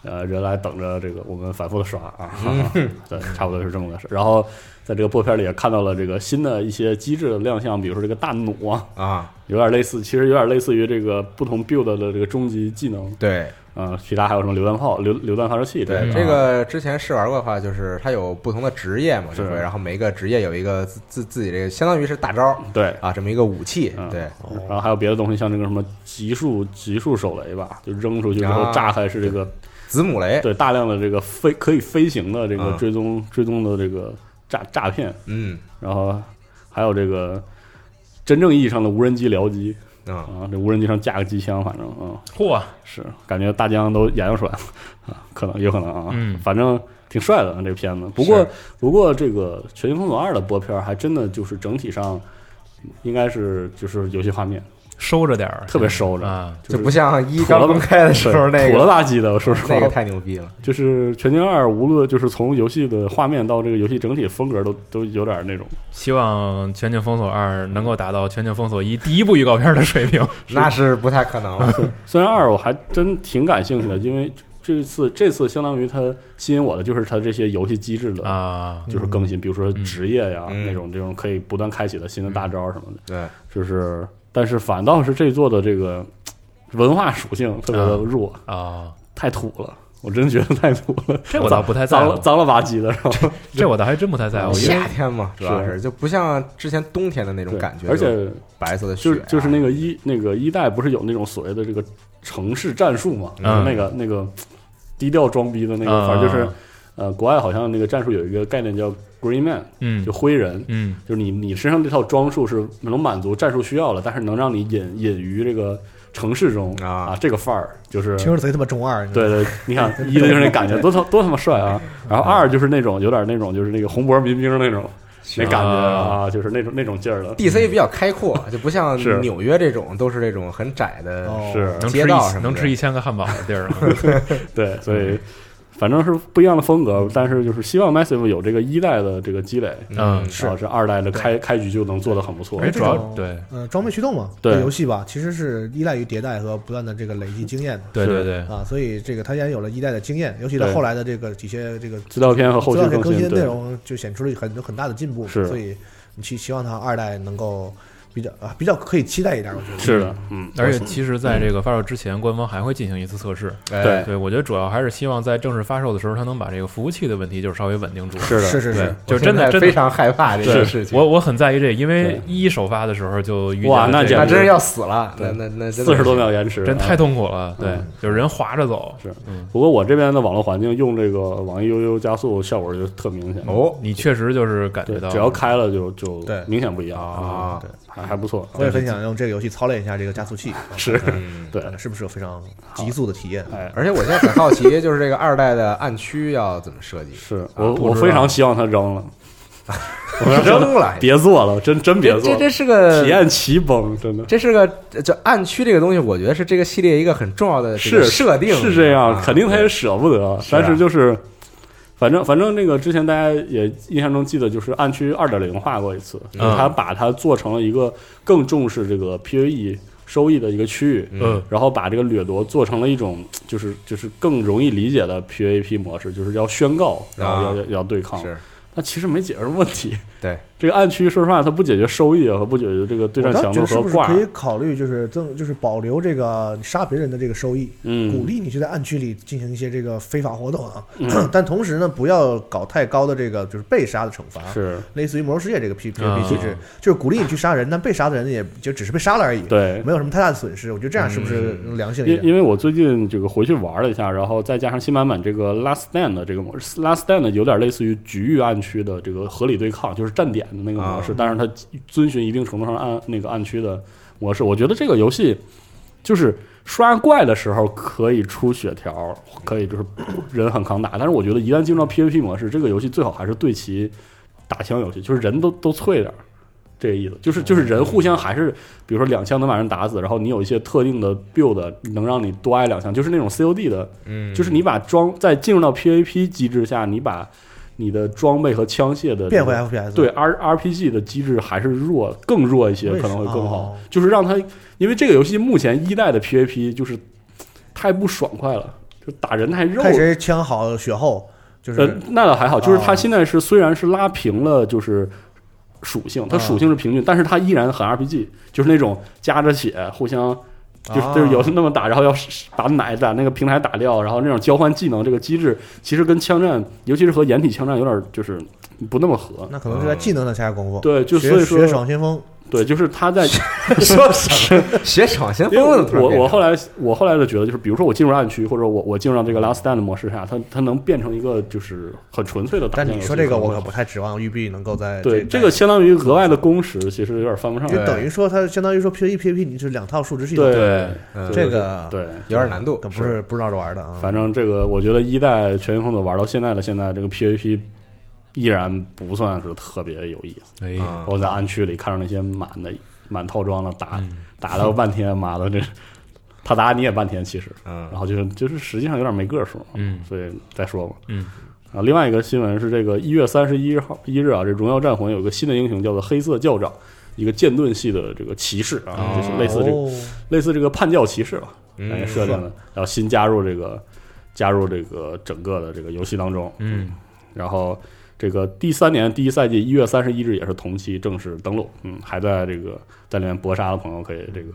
D: 呃人来等着这个我们反复的刷啊， *laughs* 对，差不多是这么个事。然后在这个播片里也看到了这个新的一些机制的亮相，比如说这个大弩啊，
A: 啊，
D: 有点类似，其实有点类似于这个不同 build 的这个终极技能，
A: 对
D: 啊，其他还有什么榴弹炮、榴榴弹发射器之类
A: 对，
D: 的啊
A: 这个之前试玩过的话，就是它有不同的职业嘛，
D: 是
A: 这回，然后每一个职业有一个自自自己这个相当于是大招
D: 对。
A: 啊，这么一个武器
D: 嗯，
A: 对，
D: 然后还有别的东西，像这个什么极速极速手雷吧，就扔出去之后
A: 啊
D: 炸开是这个、
A: 子母雷，
D: 对大量的这个飞可以飞行的这个
A: 嗯
D: 追踪、追踪的这个诈诈骗，
A: 嗯
D: 然后还有这个真正意义上的无人机僚机
A: 嗯，
D: 啊，这无人机上架个机枪，反正嗯
B: 嚯，
D: *laughs* 是感觉大疆都研究出来了啊，可能有可能啊，
B: 嗯
D: 反正挺帅的这个片子。不过
A: 是
D: 不过这个《全境封锁二》的播片儿还真的就是整体上应该是就是游戏画面
B: 收着点儿，
D: 特别收着，
B: 啊，
A: 就是不像一刚公开
D: *laughs*
A: 的时候
D: 对
A: 那
D: 土了
A: 个
D: 吧唧的，我说实话，
A: 那个太牛逼了，
D: 就是《全境二》，无论就是从游戏的画面到这个游戏整体风格都，都有点那种。
B: 希望《全境封锁二》能够达到《全境封锁一》第一部预告片的水
D: *laughs*
B: 平。
A: 那是不太可能了。
D: 虽然二我还真挺感兴趣的，因为这次这次相当于它吸引我的就是它这些游戏机制的，
B: 啊，
D: 就是更新，比如说职业呀、
A: 嗯
D: 那种这种可以不断开启的新的大招什么的，
A: 对，
D: 就是但是反倒是这座的这个嘖文化属性特别的弱，
B: 啊，
D: 太土了。我真觉得太土了，
B: 这我倒不太在
D: 脏
B: 乎
D: 了 *laughs* 脏了吧唧的，然后
B: 这我倒还真不太
D: 啊
B: 在
D: 嗯
B: 乎，因为
A: 夏天嘛，主要
D: 是
A: 是就不像之前冬天的那种
D: 对
A: 感觉，
D: 而且
A: 白色的雪
D: 就
A: 啊、
D: 是就是那个一那个一代不是有那种所谓的这个城市战术嘛？
B: 嗯
D: 那个那个低调装逼的那
B: 嗯
D: 个，反正就是呃，国外好像那个战术有一个概念叫 Green Man，
B: 嗯
D: 就灰人，
B: 嗯
D: 就是你你身上这套装束是能满足战术需要了，但是能让你隐隐于这个城市中
A: 啊
D: 啊，这个范儿就是
C: 听着贼他妈中二，你知道
D: 对
C: 吗
D: 对，你看一的就是那感觉
A: *laughs*
D: 多他多他妈帅啊，然后二就是那种有点那种就是那个红脖民兵那种那感觉
B: 啊
D: 啊，就是那种那种劲儿的。
A: DC 比较开阔，就不像
D: 嗯是
A: 纽约这种都是这种很窄的。
C: 哦
D: 是
B: 能
A: 街
B: 吃
A: 道什么
B: 一
A: 的
B: 能吃一千个汉堡的地儿，啊
D: 对，所以反正是不一样的风格，但是就是希望 Massive 有这个一代的这个积累，
B: 嗯
D: 是是二代的开开局就能做得很不错
B: 哎，。
C: 这
B: 主要
C: 种
B: 对
C: 呃，装备驱动嘛，
D: 对
C: 这游戏吧，其实是依赖于迭代和不断的这个累积经验的
B: 对对
D: 是
B: 对，
C: 啊，所以这个它也有了一代的经验，尤其到
D: 对
C: 后来的这个几些这个
D: 资料片和后
C: 资
D: 续
C: 料片
D: 更
C: 更
D: 新，
C: 新内
D: 对，
C: 容就显出了很很大的进步，
D: 是
C: 所以你期希望它二代能够比较啊比较可以期待一点，我觉得
D: 是的，嗯，
B: 而且其实在这个发售之前，官方还会进行一次测试。
A: 哎
D: 对
B: 对，我觉得主要还是希望在正式发售的时候，它能把这个服务器的问题就是稍微稳定住。
D: 是的，
C: 是是
B: 对
C: 是，
B: 就真的
A: 我现在
B: 真的
A: 非常害怕这件事情，
B: 我我很在意这，因为
D: 对
B: 一首发的时候就遇见
D: 哇
B: 了
D: 那
B: 这
A: 那
B: 个
D: 简直
A: 真是要死了，那
D: 对
A: 那那真的
D: 四十多秒延迟，
B: 真太
D: 啊。
B: 痛苦了。对
D: 嗯，
B: 就是人滑着走。
D: 是
B: 嗯，
D: 不过我这边的网络环境用这个网易悠悠加速效果就特明显，
A: 哦
B: 你确实就是感
D: 对
B: 觉到，
D: 只要开了就就
C: 对
D: 明显不一样
A: 啊
D: 嗯还还不错。
C: 我也很想用这个游戏操练一下这个加速器，呃
D: 是，
A: 嗯
D: 对，
C: 是不是有非常急速的体验？
D: 哎，
A: 而且我现在很好奇，就是这个二代的暗区要怎么设计？
D: 是我
B: 不知道
D: 我非常希望它扔了， *laughs* 我要
A: 扔了，
D: 别做了，真真别
A: 这
D: 做
A: 这
D: 了，
A: 这是个
D: 体验奇崩，真的。
A: 这是个就暗区这个东西，我觉得是这个系列一个很重要的这个
D: 是
A: 设定，
D: 是这样，
A: 啊
D: 肯定他也舍不得，
A: 是啊
D: 但是就是，反正反正那个之前大家也印象中记得，就是暗区二点零画过一次，
B: 嗯
D: 他把它做成了一个更重视这个 PVE 收益的一个区域，
B: 嗯
D: 然后把这个掠夺做成了一种就是就是更容易理解的 PVP 模式，就是要宣告，然后要、
A: 啊
D: 要要对抗， *laughs*
A: 是
D: 那其实没解决什么问题。
A: 对
D: 这个暗区，说实话，它不解决收益啊，和不解决这个对
C: 我倒
D: 战强
C: 觉
D: 度
C: 得是
D: 和
C: 不是
D: 挂，
C: 可以考虑，就是增，就是保留这个杀别人的这个收益，
D: 嗯，
C: 鼓励你去在暗区里进行一些这个非法活动啊。
D: 嗯
C: *clears throat* 但同时呢，不要搞太高的这个就是被杀的惩罚，
D: 是
C: 类似于《魔兽世界》这个 P P
B: 啊
C: P 机制，就是鼓励你去杀人，但被杀的人也就只是被杀了而已，
D: 对。
C: 没有什么太大的损失。我觉得这样是不是
A: 嗯
C: 能良性一
D: 因
C: 点？
D: 因为我最近这个回去玩了一下，然后再加上新版本这个 Last Stand 的这个模式，Last Stand 有点类似于局域暗区的这个合理对抗，就是站点的那个模式，但是它遵循一定程度上暗那个暗区的模式。我觉得这个游戏就是刷怪的时候可以出血条，可以就是人很抗打，但是我觉得一旦进入到 PVP 模式，这个游戏最好还是对其打枪游戏，就是人都都脆点儿。这个意思就是就是人互相还是，比如说两枪能把人打死，然后你有一些特定的 build 能让你多挨两枪，就是那种 COD 的，
A: 嗯，
D: 就是你把装在进入到 PVP 机制下，你把你的装备和枪械的
C: 变回 F P S
D: 对 R RPG 的机制还是弱，更弱一些
C: 为什
D: 可能会更好
C: 哦。
D: 就是让它，因为这个游戏目前一代的 PVP 就是太不爽快了，就打人太肉
C: 看
D: 了。
C: 谁枪好血厚，就
D: 呃
C: 是，
D: 那倒还好，就是它
C: 哦
D: 现在是虽然是拉平了，就是。属性，它
C: 哦
D: 属性是平均，但是它依然很 RPG，就是那种夹着血互相，就是
C: 啊
D: 就是有那么打，然后要把奶把那个平台打掉，然后那种交换技能这个机制，其实跟枪战，尤其是和掩体枪战有点就是不那么合。
C: 那可能是在技能上下点功夫。
D: 对，就所
C: 学
D: 以说啊
C: 学爽先锋
D: 对，就是他在，
A: 说什么写闯先
D: 因为
A: 锋了？突然
D: 我
A: 变成
D: 我我后来我后来就觉得，就是比如说我进入暗区，或者我我进入到这个 last stand 模式下，它它能变成一个就是很纯粹的打
C: 但
D: 酱油
C: 你
D: 机
C: 说这个，
D: 可能
C: 我
D: 会
C: 可不太指望育碧能够在
D: 对
C: 这
D: 这个相当于额外的工时，其实有点犯不上
C: 因为
A: 对
C: 等于说它相当于说 PVE、PVP，你是两套数值系统，
D: 对
A: 嗯
C: 这个
D: 对，
A: 有点难度
C: 可，不是不知道着玩的啊。
D: 反正这个我觉得一代全员风的玩到现在的现在，这个 PVP 依然不算是特别有意思。
B: 哎，
C: 嗯
A: 啊
D: 我在暗区里看着那些满的满套装的打
B: 嗯
D: 打了半天，妈的这他打你也半天，其实然
A: 嗯
D: 后就是就是实际上有点没个数，
B: 嗯
D: 所以再说吧。
B: 嗯
D: 啊，另外一个新闻是这个一月三十一号一日啊，这《荣耀战魂》有个新的英雄叫做黑色教长，一个剑盾系的这个骑士啊，就是类似这个
C: 哦
D: 类似这个叛教骑士吧，
A: 嗯
D: 感觉设定的，然后新加入这个加入这个整个的这个游戏当中，
B: 嗯，
D: 然后这个第三年第一赛季一月三十一日也是同期正式登陆，嗯，还在这个在里面搏杀的朋友可以这个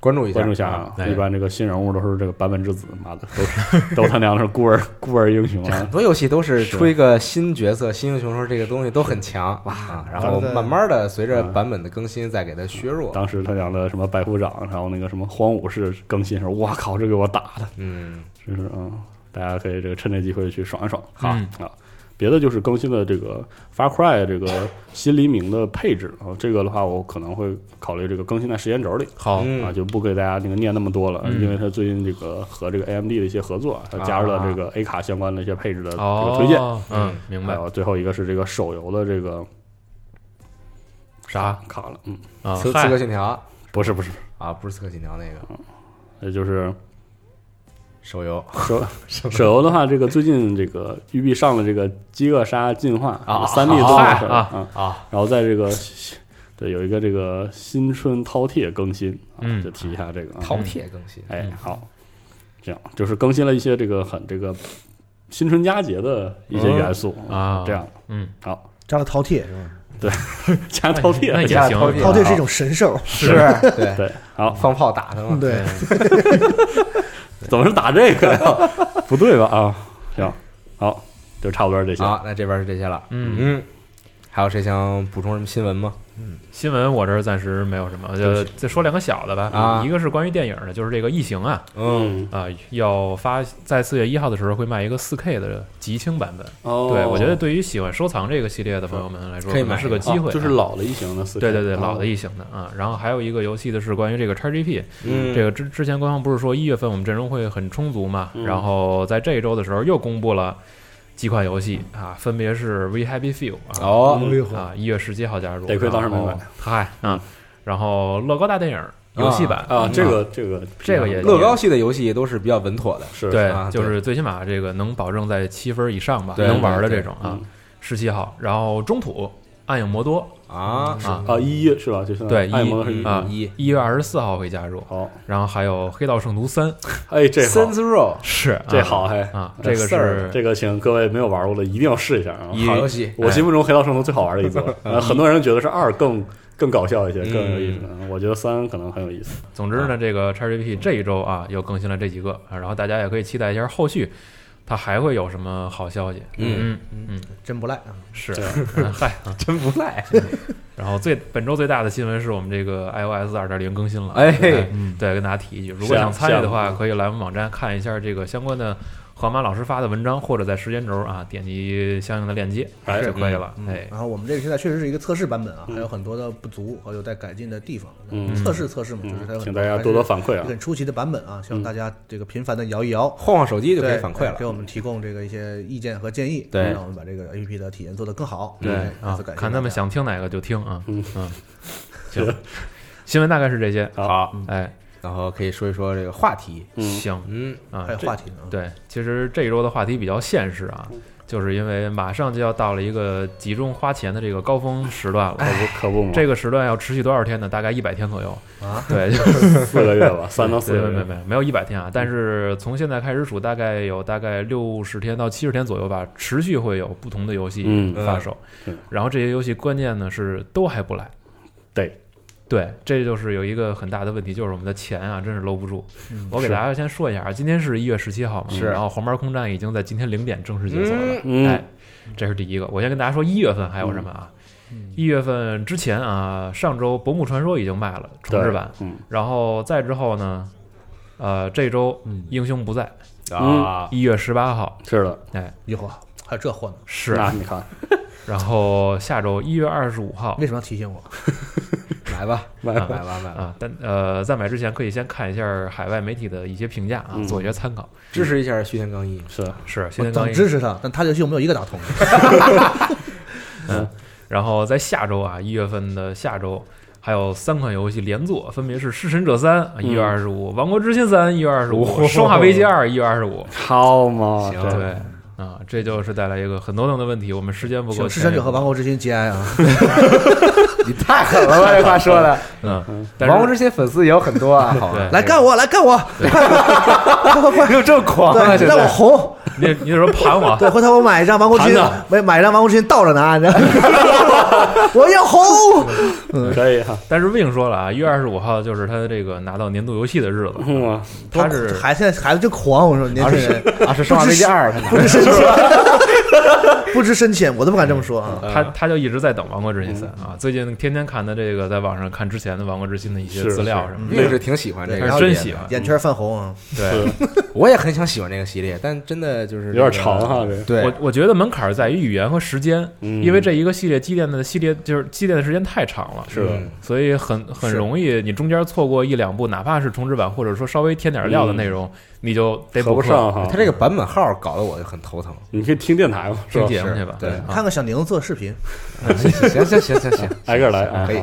A: 关注一下，嗯
D: 关注一下啊，
B: 哎
D: 一般这个新人物都是这个版本之子，妈的都是 *laughs* 都他娘的是孤儿孤儿英雄
A: 很 *laughs*
D: 啊，
A: 多游戏都是出一个新角色、新英雄时候，这个东西都很强啊，然后
C: 对对
A: 慢慢的随着版本的更新，再给它削弱。
D: 当时他娘的什么白虎掌，然后那个什么荒武士更新的时候，我靠，这给我打的。
A: 嗯，
D: 就是嗯，大家可以这个趁这机会去爽一爽
B: 好
D: 啊。别的就是更新的这个 Far Cry 这个新黎明的配置啊，这个的话我可能会考虑这个更新在时间轴里
B: 好，
D: 啊，
A: 嗯
D: 就不给大家那个念那么多了，
B: 嗯
D: 因为它最近这个和这个 AMD 的一些合作，它加入了这个 A 卡相关的一些配置的这个
B: 哦，
D: 推荐。，
B: 嗯，明
D: 还
B: 白，
D: 有最后一个是这个手游的这个
B: 啥
D: 卡了，嗯，
B: 啊？
A: 刺刺
B: 嗨
A: 客信条
D: 不是不是，
A: 啊，不是刺客信条那个
D: 也就是
A: 手游
D: 手
B: *laughs*
D: 手游的话，这个最近这个育碧上了这个《饥饿杀进化》
A: 啊
D: 三 D 动作手游
B: 啊
D: 啊
A: 啊，
D: 然后在这个对有一个这个新春饕餮更新啊，
B: 嗯
D: 就提一下这个啊，
A: 饕餮更新，
D: 哎好，这样就是更新了一些这个很这个新春佳节的一些元素
B: 啊
D: 这样
B: 嗯，
D: 好
C: 加了饕餮是吧？
D: 加饕餮
B: 那也
A: 加
B: 行，
A: 饕餮
C: 饕餮是一种神兽，
D: 啊
A: 是，对，
D: 对好，
A: 放炮打他嘛，
C: 对，
D: 怎么是打这个呀？ *laughs* 不对吧啊？行好，就差不多是这些。
B: 啊
A: 好，那这边是这些了，
B: 嗯
A: 嗯，还有谁想补充什么新闻吗？
B: 新闻我这儿暂时没有什么，就再说两个小的吧。
A: 啊
B: 一个是关于电影的，就是这个《异形》啊，
D: 嗯
B: 啊、要发在四月一号的时候会卖一个四 K 的极清版本。
D: 哦
B: 嗯对，我觉得对于喜欢收藏这个系列的朋友们来说，
A: 可以
B: 可能
A: 买
B: 是个
A: 一个哦
B: 机会、
D: 啊就是。老的异形的四 K，
B: 对对对，
D: 啊
B: 老的异形的啊，然后还有一个游戏的是关于这个 XGP，、
A: 嗯，
B: 这个之之前官方不是说一月份我们阵容会很充足嘛，
D: 嗯
B: 然后在这一周的时候又公布了几款游戏啊，分别是 We Happy Few 啊，
A: 哦，
D: 嗯
B: 啊一月十七号加入，
D: 得亏当时没
B: 然后
D: 买，
B: 嗨，嗯，然后乐高大电影游戏版
D: 啊，这个这个
B: 嗯这个也
A: 乐高系的游戏都是比较稳妥的，
D: 是
B: 对
A: 啊，
B: 就
A: 对
B: 是最起码这个能保证在七分以上吧，
A: 对
B: 能玩的
A: 对
B: 这种啊
D: 嗯。
B: 十七号，然后中土暗影魔多
A: 啊，
B: 啊，
D: 啊一一是吧？就现在
B: 对一
D: 按摩的是
A: 嗯
D: 一
B: 啊
A: 一
B: 一月二十四号会加入，
D: 好，
B: 然后还有黑道圣徒
D: *laughs*
B: 三
D: 哎这好
A: Saints Row
B: 是啊
D: 这好嘿
B: 啊，这
D: 这
B: 个
A: 事儿
B: 是
D: 这个请各位没有玩过的一定要试一下啊！
B: 一哎
A: 好游戏，
D: 我心目中《黑道圣徒》最好玩的一
B: *laughs*
D: 座，呃很多人觉得是二更更搞笑一些，更有意思。
B: 嗯
D: 我觉得三可能很有意思。
B: 总之呢，这个 XGP 这一周啊又更新了这几个，啊然后大家也可以期待一下后续它还会有什么好消息。
A: 嗯
B: 嗯嗯，
C: 真不赖啊！
B: 是
D: 对，
B: 嗯嗨啊。
A: 真不赖，
B: 然后最本周最大的新闻是我们这个 iOS 二点零更新了，
A: 哎
B: 对，嗯对，跟大家提一句，如果想参与的
D: 是啊
B: 话，可以来我们网站看一下这个相关的河马老师发的文章，或者在时间轴啊点击相应的链接
D: 哎
B: 就可以了。哎，
C: 嗯然后我们这个现在确实是一个测试版本啊，还有很多的不足，还有待改进的地方。
D: 嗯
C: 测试测试嘛，就
D: 嗯
C: 是它有，很
D: 请大家多多反馈
C: 还是
D: 啊
C: 一！个很出奇的版本啊，希望大家这个频繁的摇一摇，
A: 晃晃手机就可以
C: 对
A: 反馈了
C: 给。我们提供这个一些意见和建议，
A: 对
C: 让我们把这个 A P P 的体验做得更好。
D: 对
C: 哎再
B: 啊
C: 次感，谢
B: 看他们
C: 大家
B: 想听哪个就听啊。
D: 嗯
B: 嗯，行，新闻大概是这些。
D: 好，
B: 哎，
A: 然后可以说一说这个话题，
D: 嗯
B: 行
A: 嗯，
B: 啊
C: 还，有话题呢啊，
B: 对，其实这一周的话题比较现实啊，就是因为马上就要到了一个集中花钱的这个高峰时段了。
D: 可不嘛，
B: 哎这个时段要持续多少天呢？大概一百天左右
C: 啊。
B: 对，就
D: 四个
B: *laughs*
D: 月吧，三到四
B: 对
D: 个
B: 没有
D: 月
B: 没。有没有一百天啊，但是从现在开始数，大概有大概六十天到七十天左右吧，持续会有不同的游戏
D: 嗯
B: 发售，
D: 嗯是
B: 然后这些游戏关键呢是都还不来，
D: 对。
B: 对，这就是有一个很大的问题，就是我们的钱啊，真是搂不住。
C: 嗯
B: 我给
D: 是
B: 大家先说一下啊，今天是一月十七号嘛，
A: 是
B: 然后黄牌空战已经在今天零点正式解锁了，
D: 嗯
B: 哎，这是第一个。我先跟大家说一月份还有什么啊？
D: 嗯
B: 一月份之前啊，上周《薄暮传说》已经卖了重置版，
D: 嗯，
B: 然后再之后呢，呃，这周《
C: 嗯，
B: 英雄不在》
A: 啊，
B: 一月十八号
D: 是的，
C: 一会儿还有这货呢，
B: 是，
D: 那你看
B: 然后下周一月二十五号
C: 为什么要提醒我？
A: 买吧，
D: 买
A: 买吧，买吧，
B: 啊，但呃，在买之前可以先看一下海外媒体的一些评价啊，
D: 嗯哦
B: 做一些参考。
A: 支持一下徐天刚一。
D: 是
B: 是，现
C: 我
B: 在刚
C: 想
B: 一
C: 支持他，但他这游戏我没有一个打通。
B: 然后在下周啊，一月份的下周还有三款游戏连坐，分别是《弑神者三》啊一
A: 嗯
B: 月二十五，《王国之心三》一月二十五，
D: 哦
B: 《生化危机二》一月二十五。
D: 好嘛，
A: 行
D: 对，
B: 对啊，这就是带来一个很头疼的问题。我们时间不够，
C: 请弑神者和
B: 王
C: 王国之心节哀 *laughs* 啊！
A: 你太狠了吧！这话说 *laughs* 的，
B: 嗯，但
A: 王国
B: 是
A: 之心粉丝也有很 *laughs* 多啊，好吧
B: 对
C: 来干我，来干我！
A: 没有这么狂啊！现
C: 对，让
A: *laughs*
C: 我
A: 在
C: 红。
B: 你你怎么盘我？啊
C: 对，回头我买一张王国之心
D: 盘他，
C: 买买一张王国之心倒着拿，你知道吗？ *laughs* 我要红。
D: 可以哈，
B: 但是 Win 说了啊，一月二十五号就是他这个拿到年度游戏的日子，
D: 嗯啊，
B: 他是
C: 孩现在孩子真狂，我
A: *laughs*
C: 说年轻人
A: 啊是《生化危机二》，他
C: 不
A: 拿
C: 知深浅，不知深浅，我都不敢这么说啊。
B: 他他就一直在等《王国之心三》啊，最近天天看他这个在网上看之前的《王国之心》的一些
D: 是
B: 资料什么
A: 并是挺喜欢这
B: 的，
A: 个，嗯
B: 他是真喜欢。
C: 眼圈泛红啊，
B: 对，
A: 我也很想喜欢这个系列，但真的就是
D: 有点长哈，这，
A: 对
B: 我，我觉得门槛在于语言和时间，
D: 嗯
B: 因为这一个系列积淀的系列就是积淀的时间太长了，
D: 是的
A: 嗯
B: 所以很很容易你中间错过一两部，哪怕是重制版或者说稍微添点料的内
D: 嗯
B: 容，你就得
D: 合
B: 补
D: 不
B: 课
D: 上哈
A: 他，这个版本号搞得我就很头疼。
D: 你可以听电台嘛，是
B: 听
D: 吧？
B: 节目
A: 是
B: 去吧。
A: 对
B: 啊
C: 看看小宁做视频，
B: 嗯
A: 嗯 *laughs* 行行行行行， *laughs*
D: 挨个来啊
A: 可以。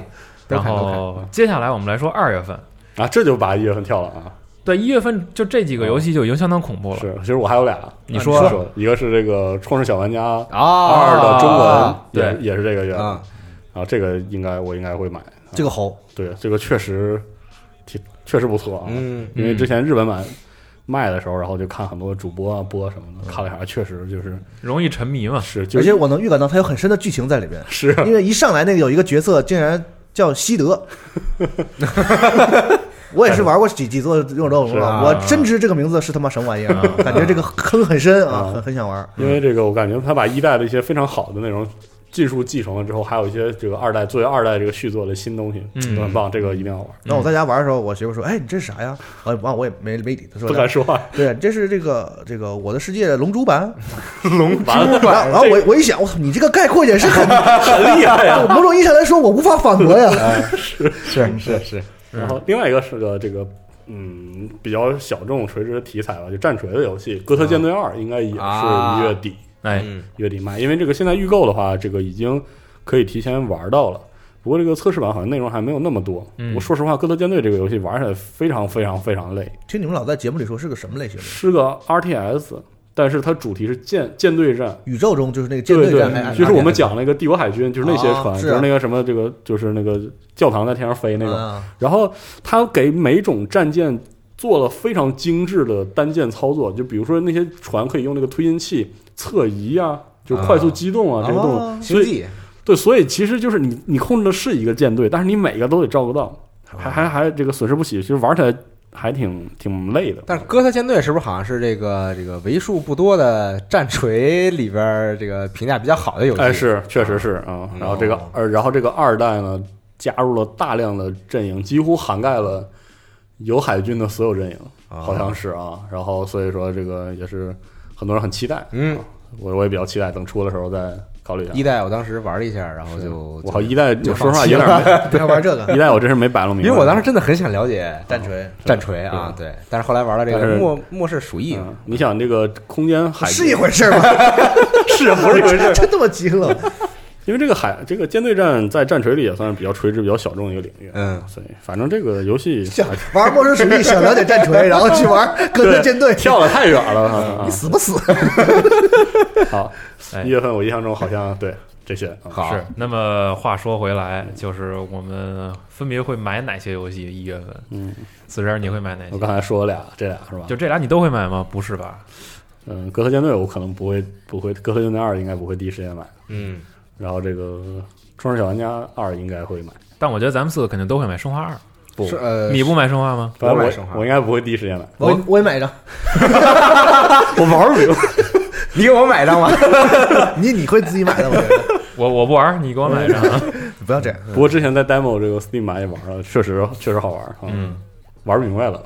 A: 都
B: 然
A: 看都看
B: 后接下来我们来说二月份，
D: 啊，这就把一月份跳了啊，
B: 对一月份就这几个游戏就已经相当恐怖了。
D: 是，其实我还有俩，
B: 你
D: 说
B: 说
D: 一个是这个《创世小玩家二》
A: 啊
D: 的中文，也
B: 对
D: 也是这个月
A: 啊，
D: 啊，这个应该我应该会买，
C: 这个红
D: 对，这个确实挺确实不错啊，
A: 嗯，
D: 因为之前日本版卖的时候，然后就看很多主播啊播什么的，看了一下，确实就是
B: 容易沉迷嘛。
D: 是就
C: 而
D: 是
C: 且我能预感到它有很深的剧情在里边，
D: 是
B: 啊
C: 因为一上来那个有一个角色竟然叫
B: *laughs*
C: 西德，我也是玩过几几座勇者斗恶龙
D: 是
C: 了，
A: 啊
C: 我真知这个名字是他妈什么玩意儿啊，感觉这个坑很深啊，
B: 嗯
D: 啊
C: 很很想玩。
D: 因为这个，我感觉他把一代的一些非常好的内容技术继承了之后，还有一些这个二代作为二代这个续作的新东西，
B: 嗯
D: 都很棒，这个一定要玩，
C: 然后我在家玩的时候，我媳妇说：“哎，你这是啥呀？”哎，完我也没没理她，说
D: 不敢说话，：“
C: 对，这是这个这个我的世界龙珠
D: *laughs*
C: 版。”
D: 完了，
C: 然后然后我我一想，我操，你这个概括也是很
D: 很厉害呀。
C: 某种意义上来说，我无法反驳呀。 *laughs*
A: 是是是，
D: 然后另外一个是个这个。嗯，比较小众垂直题材吧，就战锤的游戏《哥特舰队二》应该也
A: 啊
D: 是一月底
B: 哎，
A: 嗯
D: 月底卖，因为这个现在预购的话，这个已经可以提前玩到了。不过这个测试版好像内容还没有那么多。
B: 嗯
D: 我说实话，《哥特舰队》这个游戏玩起来非常非常非常累，
C: 听你们老在节目里说是个什么类型的？
D: 是个 RTS，但是它主题是舰舰队战。
C: 宇宙中就是那个舰
D: 对
C: 队
D: 对
C: 战，哎哎
D: 就是我们讲那个帝国海军，就是那些船，
C: 啊是
D: 就
C: 啊
D: 是那个什么，这个就是那个教堂在天上飞那种。
C: 啊
D: 然后它给每种战舰做了非常精致的单舰操作，就比如说那些船可以用那个推进器侧移啊，就快速机动啊，这个动作。
C: 哦
D: 所
A: 星
D: 以
A: 际
D: 对，所以其实就是你你控制的是一个舰队，但是你每个都得照顾到，还还还这个损失不起，其实玩起来还挺挺累的。
A: 但是哥特舰队是不是好像是这个这个为数不多的战锤里边儿这个评价比较好的游戏？
D: 哎，是，确实是啊、然后这个呃，然后这个二代呢，加入了大量的阵营，几乎涵盖了有海军的所有阵营，好像是啊。然后所以说这个也是很多人很期待，
A: 嗯
D: 啊，我我也比较期待，等出的时候再考虑一下。
A: 一代，我当时玩了一下，然后
D: 是
A: 就
D: 我靠，一代
A: 就
D: 我说实话
A: 放弃
D: 有点
A: 了
D: 没，
C: 不要玩这个 *laughs*
D: 一代我真是没摆弄明
A: 因
D: 白，啊
A: 为我当时真的很想了解
C: 战锤，
A: 战锤啊，对，但是后来玩了这
D: 但
A: 个
D: 是
A: 末末世鼠疫，
D: 嗯你想这个空间海
C: 是一回事儿吗？
D: 是不是一回事？
C: *laughs* 真他妈急了！
D: *laughs* 因为这个海这个舰队战在战锤里也算是比较垂直、比较小众的一个领域。
A: 嗯
D: 所以反正这个游戏
C: 想玩魔兽世界，想了解战锤，然后去玩哥特舰队，
D: 跳了太远了。啊
C: 死不死？
D: 好，
B: 哎
D: 一月份我印象中好像对这些啊
A: 好，
B: 是。那么话说回来，就是我们分别会买哪些游戏？一月份，
D: 嗯，
B: 四十二你会买哪
D: 我
B: 些？
D: 刚才说了俩，这俩是吧？
B: 就这俩你都会买吗？不是吧？
D: 嗯，哥特舰队我可能不会不会，哥特舰队二应该不会第一时间买。
A: 嗯，
D: 然后这个《创世小玩家二》应该会买，
B: 但我觉得咱们四个肯定都会买《生化二
D: 不
A: 是呃，》，
B: 你不买《生化》吗？
D: 反正
A: 我买
D: 我
A: 生化
D: 我应该不会第一时间买。 *laughs*
C: 我我也买一张， *laughs*
D: 我玩儿没有？
A: 你给我买一张吧。
C: 你你会自己买的，我觉得。 *laughs*
B: 我我不玩儿，你给我买上啊。
C: 不要这样。
D: *laughs* 不过之前在 demo 这个 Steam 上也玩了，确实确实好玩，啊
B: 嗯，
D: 玩明白了，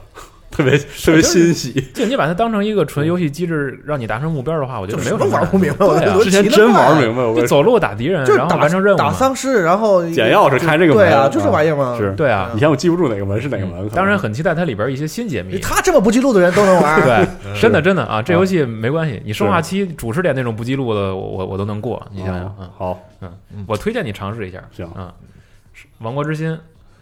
D: 特 *laughs* 别特别欣喜。
B: *laughs* 就你把它当成一个纯游戏机制，让你达成目标的话，我觉得没有什么
C: 玩不明白，我
B: 对啊
C: 就
D: 之前真玩明白，我
B: 就走路打敌人，
C: 就是
B: 然后
C: 打
B: 完成任务
C: 打
B: 嘛。
C: 丧尸，然后
D: 捡钥匙开这个门
C: 对啊，就这玩意儿嘛。
D: 是
B: 对啊，
D: 以前我记不住哪个门是哪个门，
B: 嗯当然很期待它里边一些新解密。
C: 他这么不记录的人都能玩，
B: 对，真的真的啊，这游戏没关系。你生化七主视点那种不记录的，我我我都能过。你想想，嗯
D: 哦好，
B: 嗯，我推荐你尝试一下。
D: 行
B: 嗯，王国之心，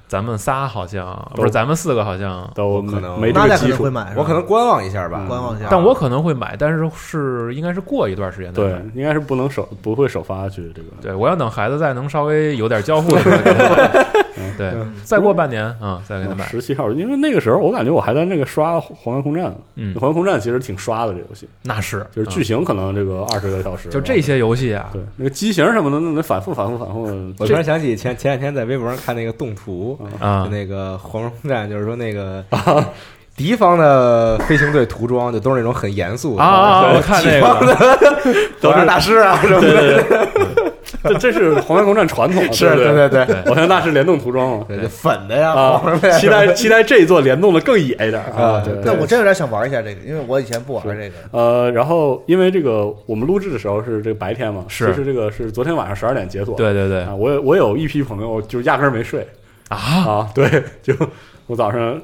B: 咱们仨好像
D: 都啊
B: 不是，咱们四个好像，
D: 都
A: 可能
D: 没这
C: 大
D: 个
C: 家可
D: 基
C: 能会
D: 础。
C: 买，是吧
A: 我可能观望一下吧
D: 嗯，
C: 观望一下
B: 但我可能会买，但是是应该是过一段时间再
D: 对
B: 买。，
D: 应该是不能首不会首发去这个。
B: 对，我要等孩子再能稍微有点交互的时候给他买，对，再过半年啊，再给他买。
D: 十七号，因为那个时候我感觉我还在那个刷《黄岩空战》，
B: 嗯
D: 《黄岩空战》其实挺刷的这游戏，
B: 那是，
D: 就是剧情可能这个二十个小时，
B: 嗯就这些游戏啊，
D: 对那个机型什么的，那那反复反复反复，
A: 我突然想起前前两天在微博上看那个动图，
D: 嗯
B: 啊
A: 就，那个黄蓉战，就是说那个
D: 啊
A: 敌方的飞行队涂装就都是那种很严肃
B: 啊啊啊
A: *laughs* 然后
D: *laughs*
B: 我看那个
A: 己方的
D: 都
A: 火
D: 是
A: 焰大师
D: *laughs*
A: 啊什么的，
D: 这这是黄岩空战传统，
A: *laughs*
D: 啊
A: 是，
D: 对不
A: 对对对，
D: 对，我像大师联动涂装嘛，
A: 对就粉的呀，黄蓉
D: 啊，
A: 战
D: 期待期待这一座联动的更野一点啊，
A: 啊
D: 对。
C: 那我真有点想玩一下这个，因为我以前不玩这个。
D: 呃，然后因为这个我们录制的时候是这个白天嘛，
B: 是
D: 其实这个是昨天晚上十二点解锁，
B: 对对对
D: 啊，我有我有一批朋友就压根儿没睡
B: 啊，
D: 啊，对，就我早上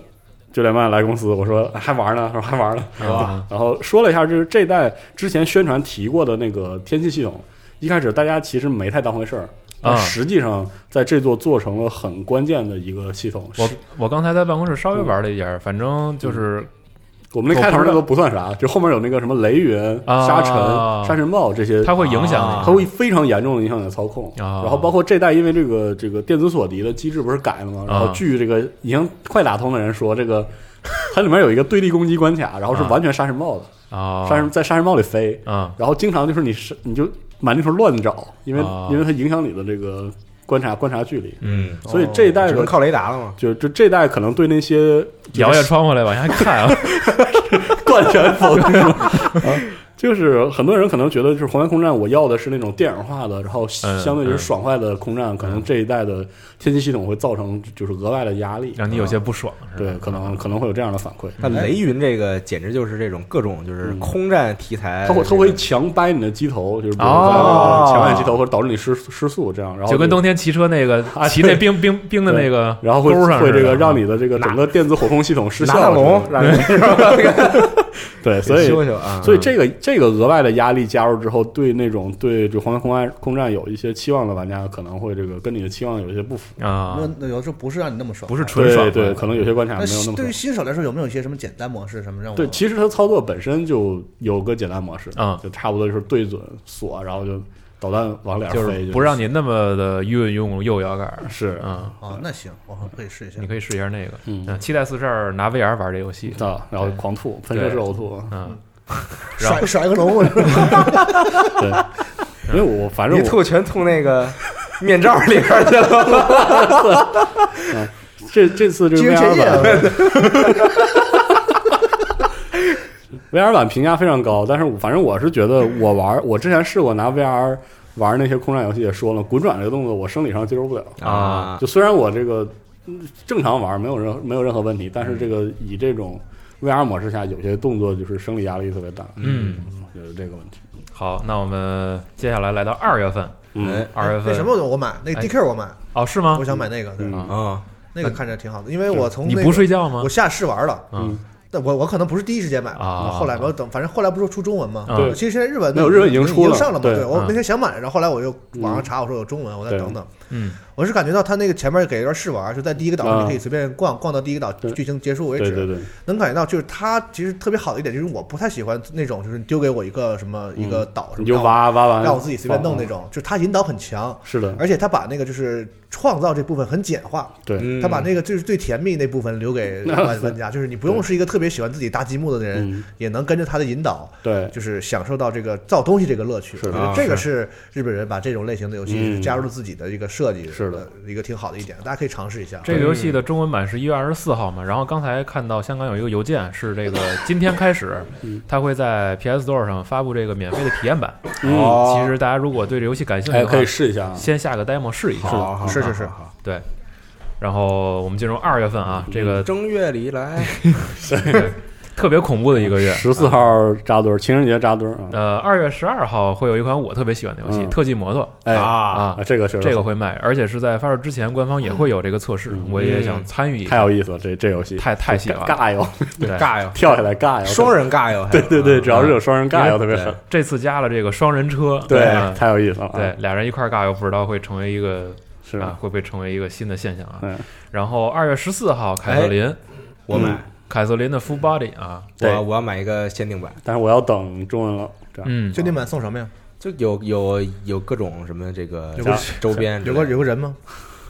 D: 九点半来公司，我说还玩呢，说还玩呢，
B: 哇
D: 然后说了一下，就是这代之前宣传提过的那个天气系统，一开始大家其实没太当回事儿，但
B: 啊
D: 实际上在这座做成了很关键的一个系统。
B: 我
D: 是
B: 我刚才在办公室稍微玩了一下，反正就是
D: 我们那开头那都不算啥，就后面有那个什么雷云、
B: 啊
D: 沙尘、沙尘暴这些，
B: 它会影响
A: 啊
B: 你，
D: 它会非常严重的影响你的操控。
B: 啊
D: 然后包括这代，因为这个这个电子锁敌的机制不是改了吗？然后
B: 啊
D: 据这个已经快打通的人说，这个它里面有一个对地攻击关卡，然后是
B: 啊
D: 完全沙尘暴的，
B: 啊，
D: 沙尘在沙尘暴里飞。
B: 啊
D: 然后经常就是你是你就满地方乱找，因为、
B: 啊
D: 因为它影响你的这个观察观察距离，
B: 嗯，
D: 所以这一代
A: 只
D: 的、
A: 能靠雷达了嘛。
D: 就就这一代可能对那些
B: 摇下窗户来往下看
D: *laughs*
B: 啊，
D: 灌全风是吗、啊， *laughs* 就是很多人可能觉得就是《红蓝空战》，我要的是那种电影化的，然后
B: 嗯
D: 相对于爽快的空战，可能这一代的天气系统会造成就是额外的压力，
B: 让你有些不爽，是吧
D: 对可能可能会有这样的反馈。
A: 那雷云这个简直就是这种各种就是空战题材，
D: 嗯它会它
A: 这
D: 会
A: 个
D: 强掰你的机头，就是比如说
B: 哦
D: 强按机头，或者导致你失失速这样，然后
B: 就跟
D: 就
B: 冬天骑车那个
D: *laughs* 啊
B: 骑
D: 对
B: 那冰冰冰的那个
D: 然后会
B: 钩上
D: 会
B: 似的
D: 这个让
B: 啊
D: 你的这个整个电子火控系统失效
A: 拿大
D: 了
A: 龙，
D: 是吧
A: 让人 *laughs*
D: 对，所以
A: 修修啊，
D: 所以这个这个额外的压力加入之后，对那种对这黄金空战空战有一些期望的玩家，可能会这个跟你的期望有一些不符，
B: 啊
C: 那，那有的时候不是让你那么爽，
B: 不是纯爽
D: 对
B: 快
D: 对，可能有些关卡
C: 那
D: 没有那么
C: 对于
D: 爽
C: 新手来说，有没有一些什么简单模式什么让我啊
D: 对，其实它操作本身就有个简单模式
B: 啊
D: 就差不多就是对准锁，然后就导弹往脸
B: 就
D: 上飞，
B: 是不让你那么的运用右摇杆儿，
D: 是
B: 嗯，
C: 啊，那行，我可以试一下
B: 你。可以试一下那个，
D: 嗯
B: 嗯，期待四十二拿 VR 玩这游戏，
D: 啊，然后狂吐，喷射式呕吐，
B: 嗯，然后
C: 甩甩个龙，我说
D: 对， *laughs* 因为我反正
A: 一
D: 我
A: 吐全吐那个 *laughs* 面罩里边去
D: *laughs*
A: 了，
D: 这这次这个
C: 精神
D: VR
C: 前夜
D: 版
C: 啊
D: *laughs* VR 版评价非常高，但是我反正我是觉得我玩，我之前试过拿 VR 玩那些空战游戏，也说了，滚转这个动作我生理上接受不了。
B: 啊
D: 就虽然我这个嗯正常玩没有任没有任何问题，但是这
B: 嗯
D: 个以这种 VR 模式下，有些动作就是生理压力特别大。
B: 嗯，
D: 就是这个问题。
B: 好，那我们接下来来到二月份，
A: 哎
D: 嗯，
B: 二月
C: 那
B: 份
C: 哎什么我买那
B: 哎
C: DQ 我买，
B: 哦，是吗
C: 我？想买那个，对，
D: 嗯
A: 啊，
C: 那个看着挺好的，因为我从
B: 你
C: 那
B: 不
C: 个
B: 睡觉吗
C: 我？下试玩了，
B: 嗯，
C: 但我我可能不是第一时间买的，
B: 啊
C: 后来吧，我等反正后来不是出中文吗？
B: 对
C: 其实现在日文
D: 没有日文已经出了
C: 已上了嘛。
D: 对啊嗯
C: 对，我
B: 嗯
C: 那天想买，然后后来我又网上查，我说有中文，我再等等。
B: 嗯，
C: 我是感觉到他那个前面给了段试玩，就在第一个岛上
D: 啊
C: 你可以随便逛，逛到第一个岛
D: 对
C: 剧情结束为
D: 对对
C: 止。
D: 对，
C: 能感觉到就是他其实特别好的一点，就是我不太喜欢那种就是丢给我一个什么一个岛什么
D: 嗯你就挖挖完，嗯啊
C: 让我自己随便弄那。种，就是他引导很强，
D: 是的，
C: 而且他把那个就是
E: 创造这部分很简化，
D: 对
A: 嗯
E: 他把那个就是最甜蜜那部分留给
D: 那
E: 玩
D: 是
E: 玩家，就是你不用是一个特别喜欢自己搭积木的人，
D: 嗯，
E: 也能跟着他的引导，
D: 对，
E: 就是享受到这个造东西这个乐趣。
D: 是
E: 我
D: 的
E: 觉得这个是日本人把这种类型的游戏
D: 嗯
E: 加入了自己的一个设计，
D: 是的，
E: 一个挺好的一点，大家可以尝试一下。啊
B: 这个游戏的中文版是一月二十四号嘛，然后刚才看到香港有一个邮件是这个今天开始
D: 嗯，
B: 它会在 PS Store 上发布这个免费的体验版。
D: 嗯，
B: 其实大家如果对这游戏感兴趣
D: 哎，
B: 的话
D: 可以，试一下啊。
B: 先下个 demo 试一下。
A: 好，好
E: 是
A: 好
E: 是是
A: 好好
B: 然后我们进入二月份啊，这
D: 呃
B: 个
A: 正月里
D: *laughs*
A: 来，
B: 特别恐怖的一个月。啊
D: 十四号扎堆儿，情人节扎堆儿啊！
B: 呃，二月十二号会有一款我特别喜欢的游戏《
D: 嗯
B: 特技摩托
D: 哎
B: 啊
D: 啊，这个是
B: 这个会卖，而且是在发售之前，官方也会有这个测试，我也想参与一
D: 嗯太
B: 下。
D: 有意思了，这这游戏
B: 太太喜欢了，
D: 尬哟，
B: 对，
A: 尬哟，
D: 跳下来尬哟，
A: 双人尬哟，还
D: *laughs* 对
A: 有
D: 对对，只要是有双人
B: 嗯
D: 尬
B: 因
D: 哟，
B: 为
D: 特别狠，
B: 这次加了这个双人车，
D: 对
B: 嗯，
D: 太有意思了啊，
B: 对，俩人一块儿尬，又不知道会成为一个
D: 是
B: 啊
D: 吧？，
B: 会不会成为一个新的现象啊
D: 嗯？
B: 然后二月十四号，凯瑟琳，
A: 我买，
E: 嗯
B: 凯瑟琳的 Full Body 啊，
D: 对
A: 我我要买一个限定版，
D: 但是我要等中文了，这样
B: 嗯，
E: 兄弟们送什么呀？
A: 就有有有各种什么这个
E: 有个
A: 周边之
E: 有
A: 类的，
E: 个有个人吗？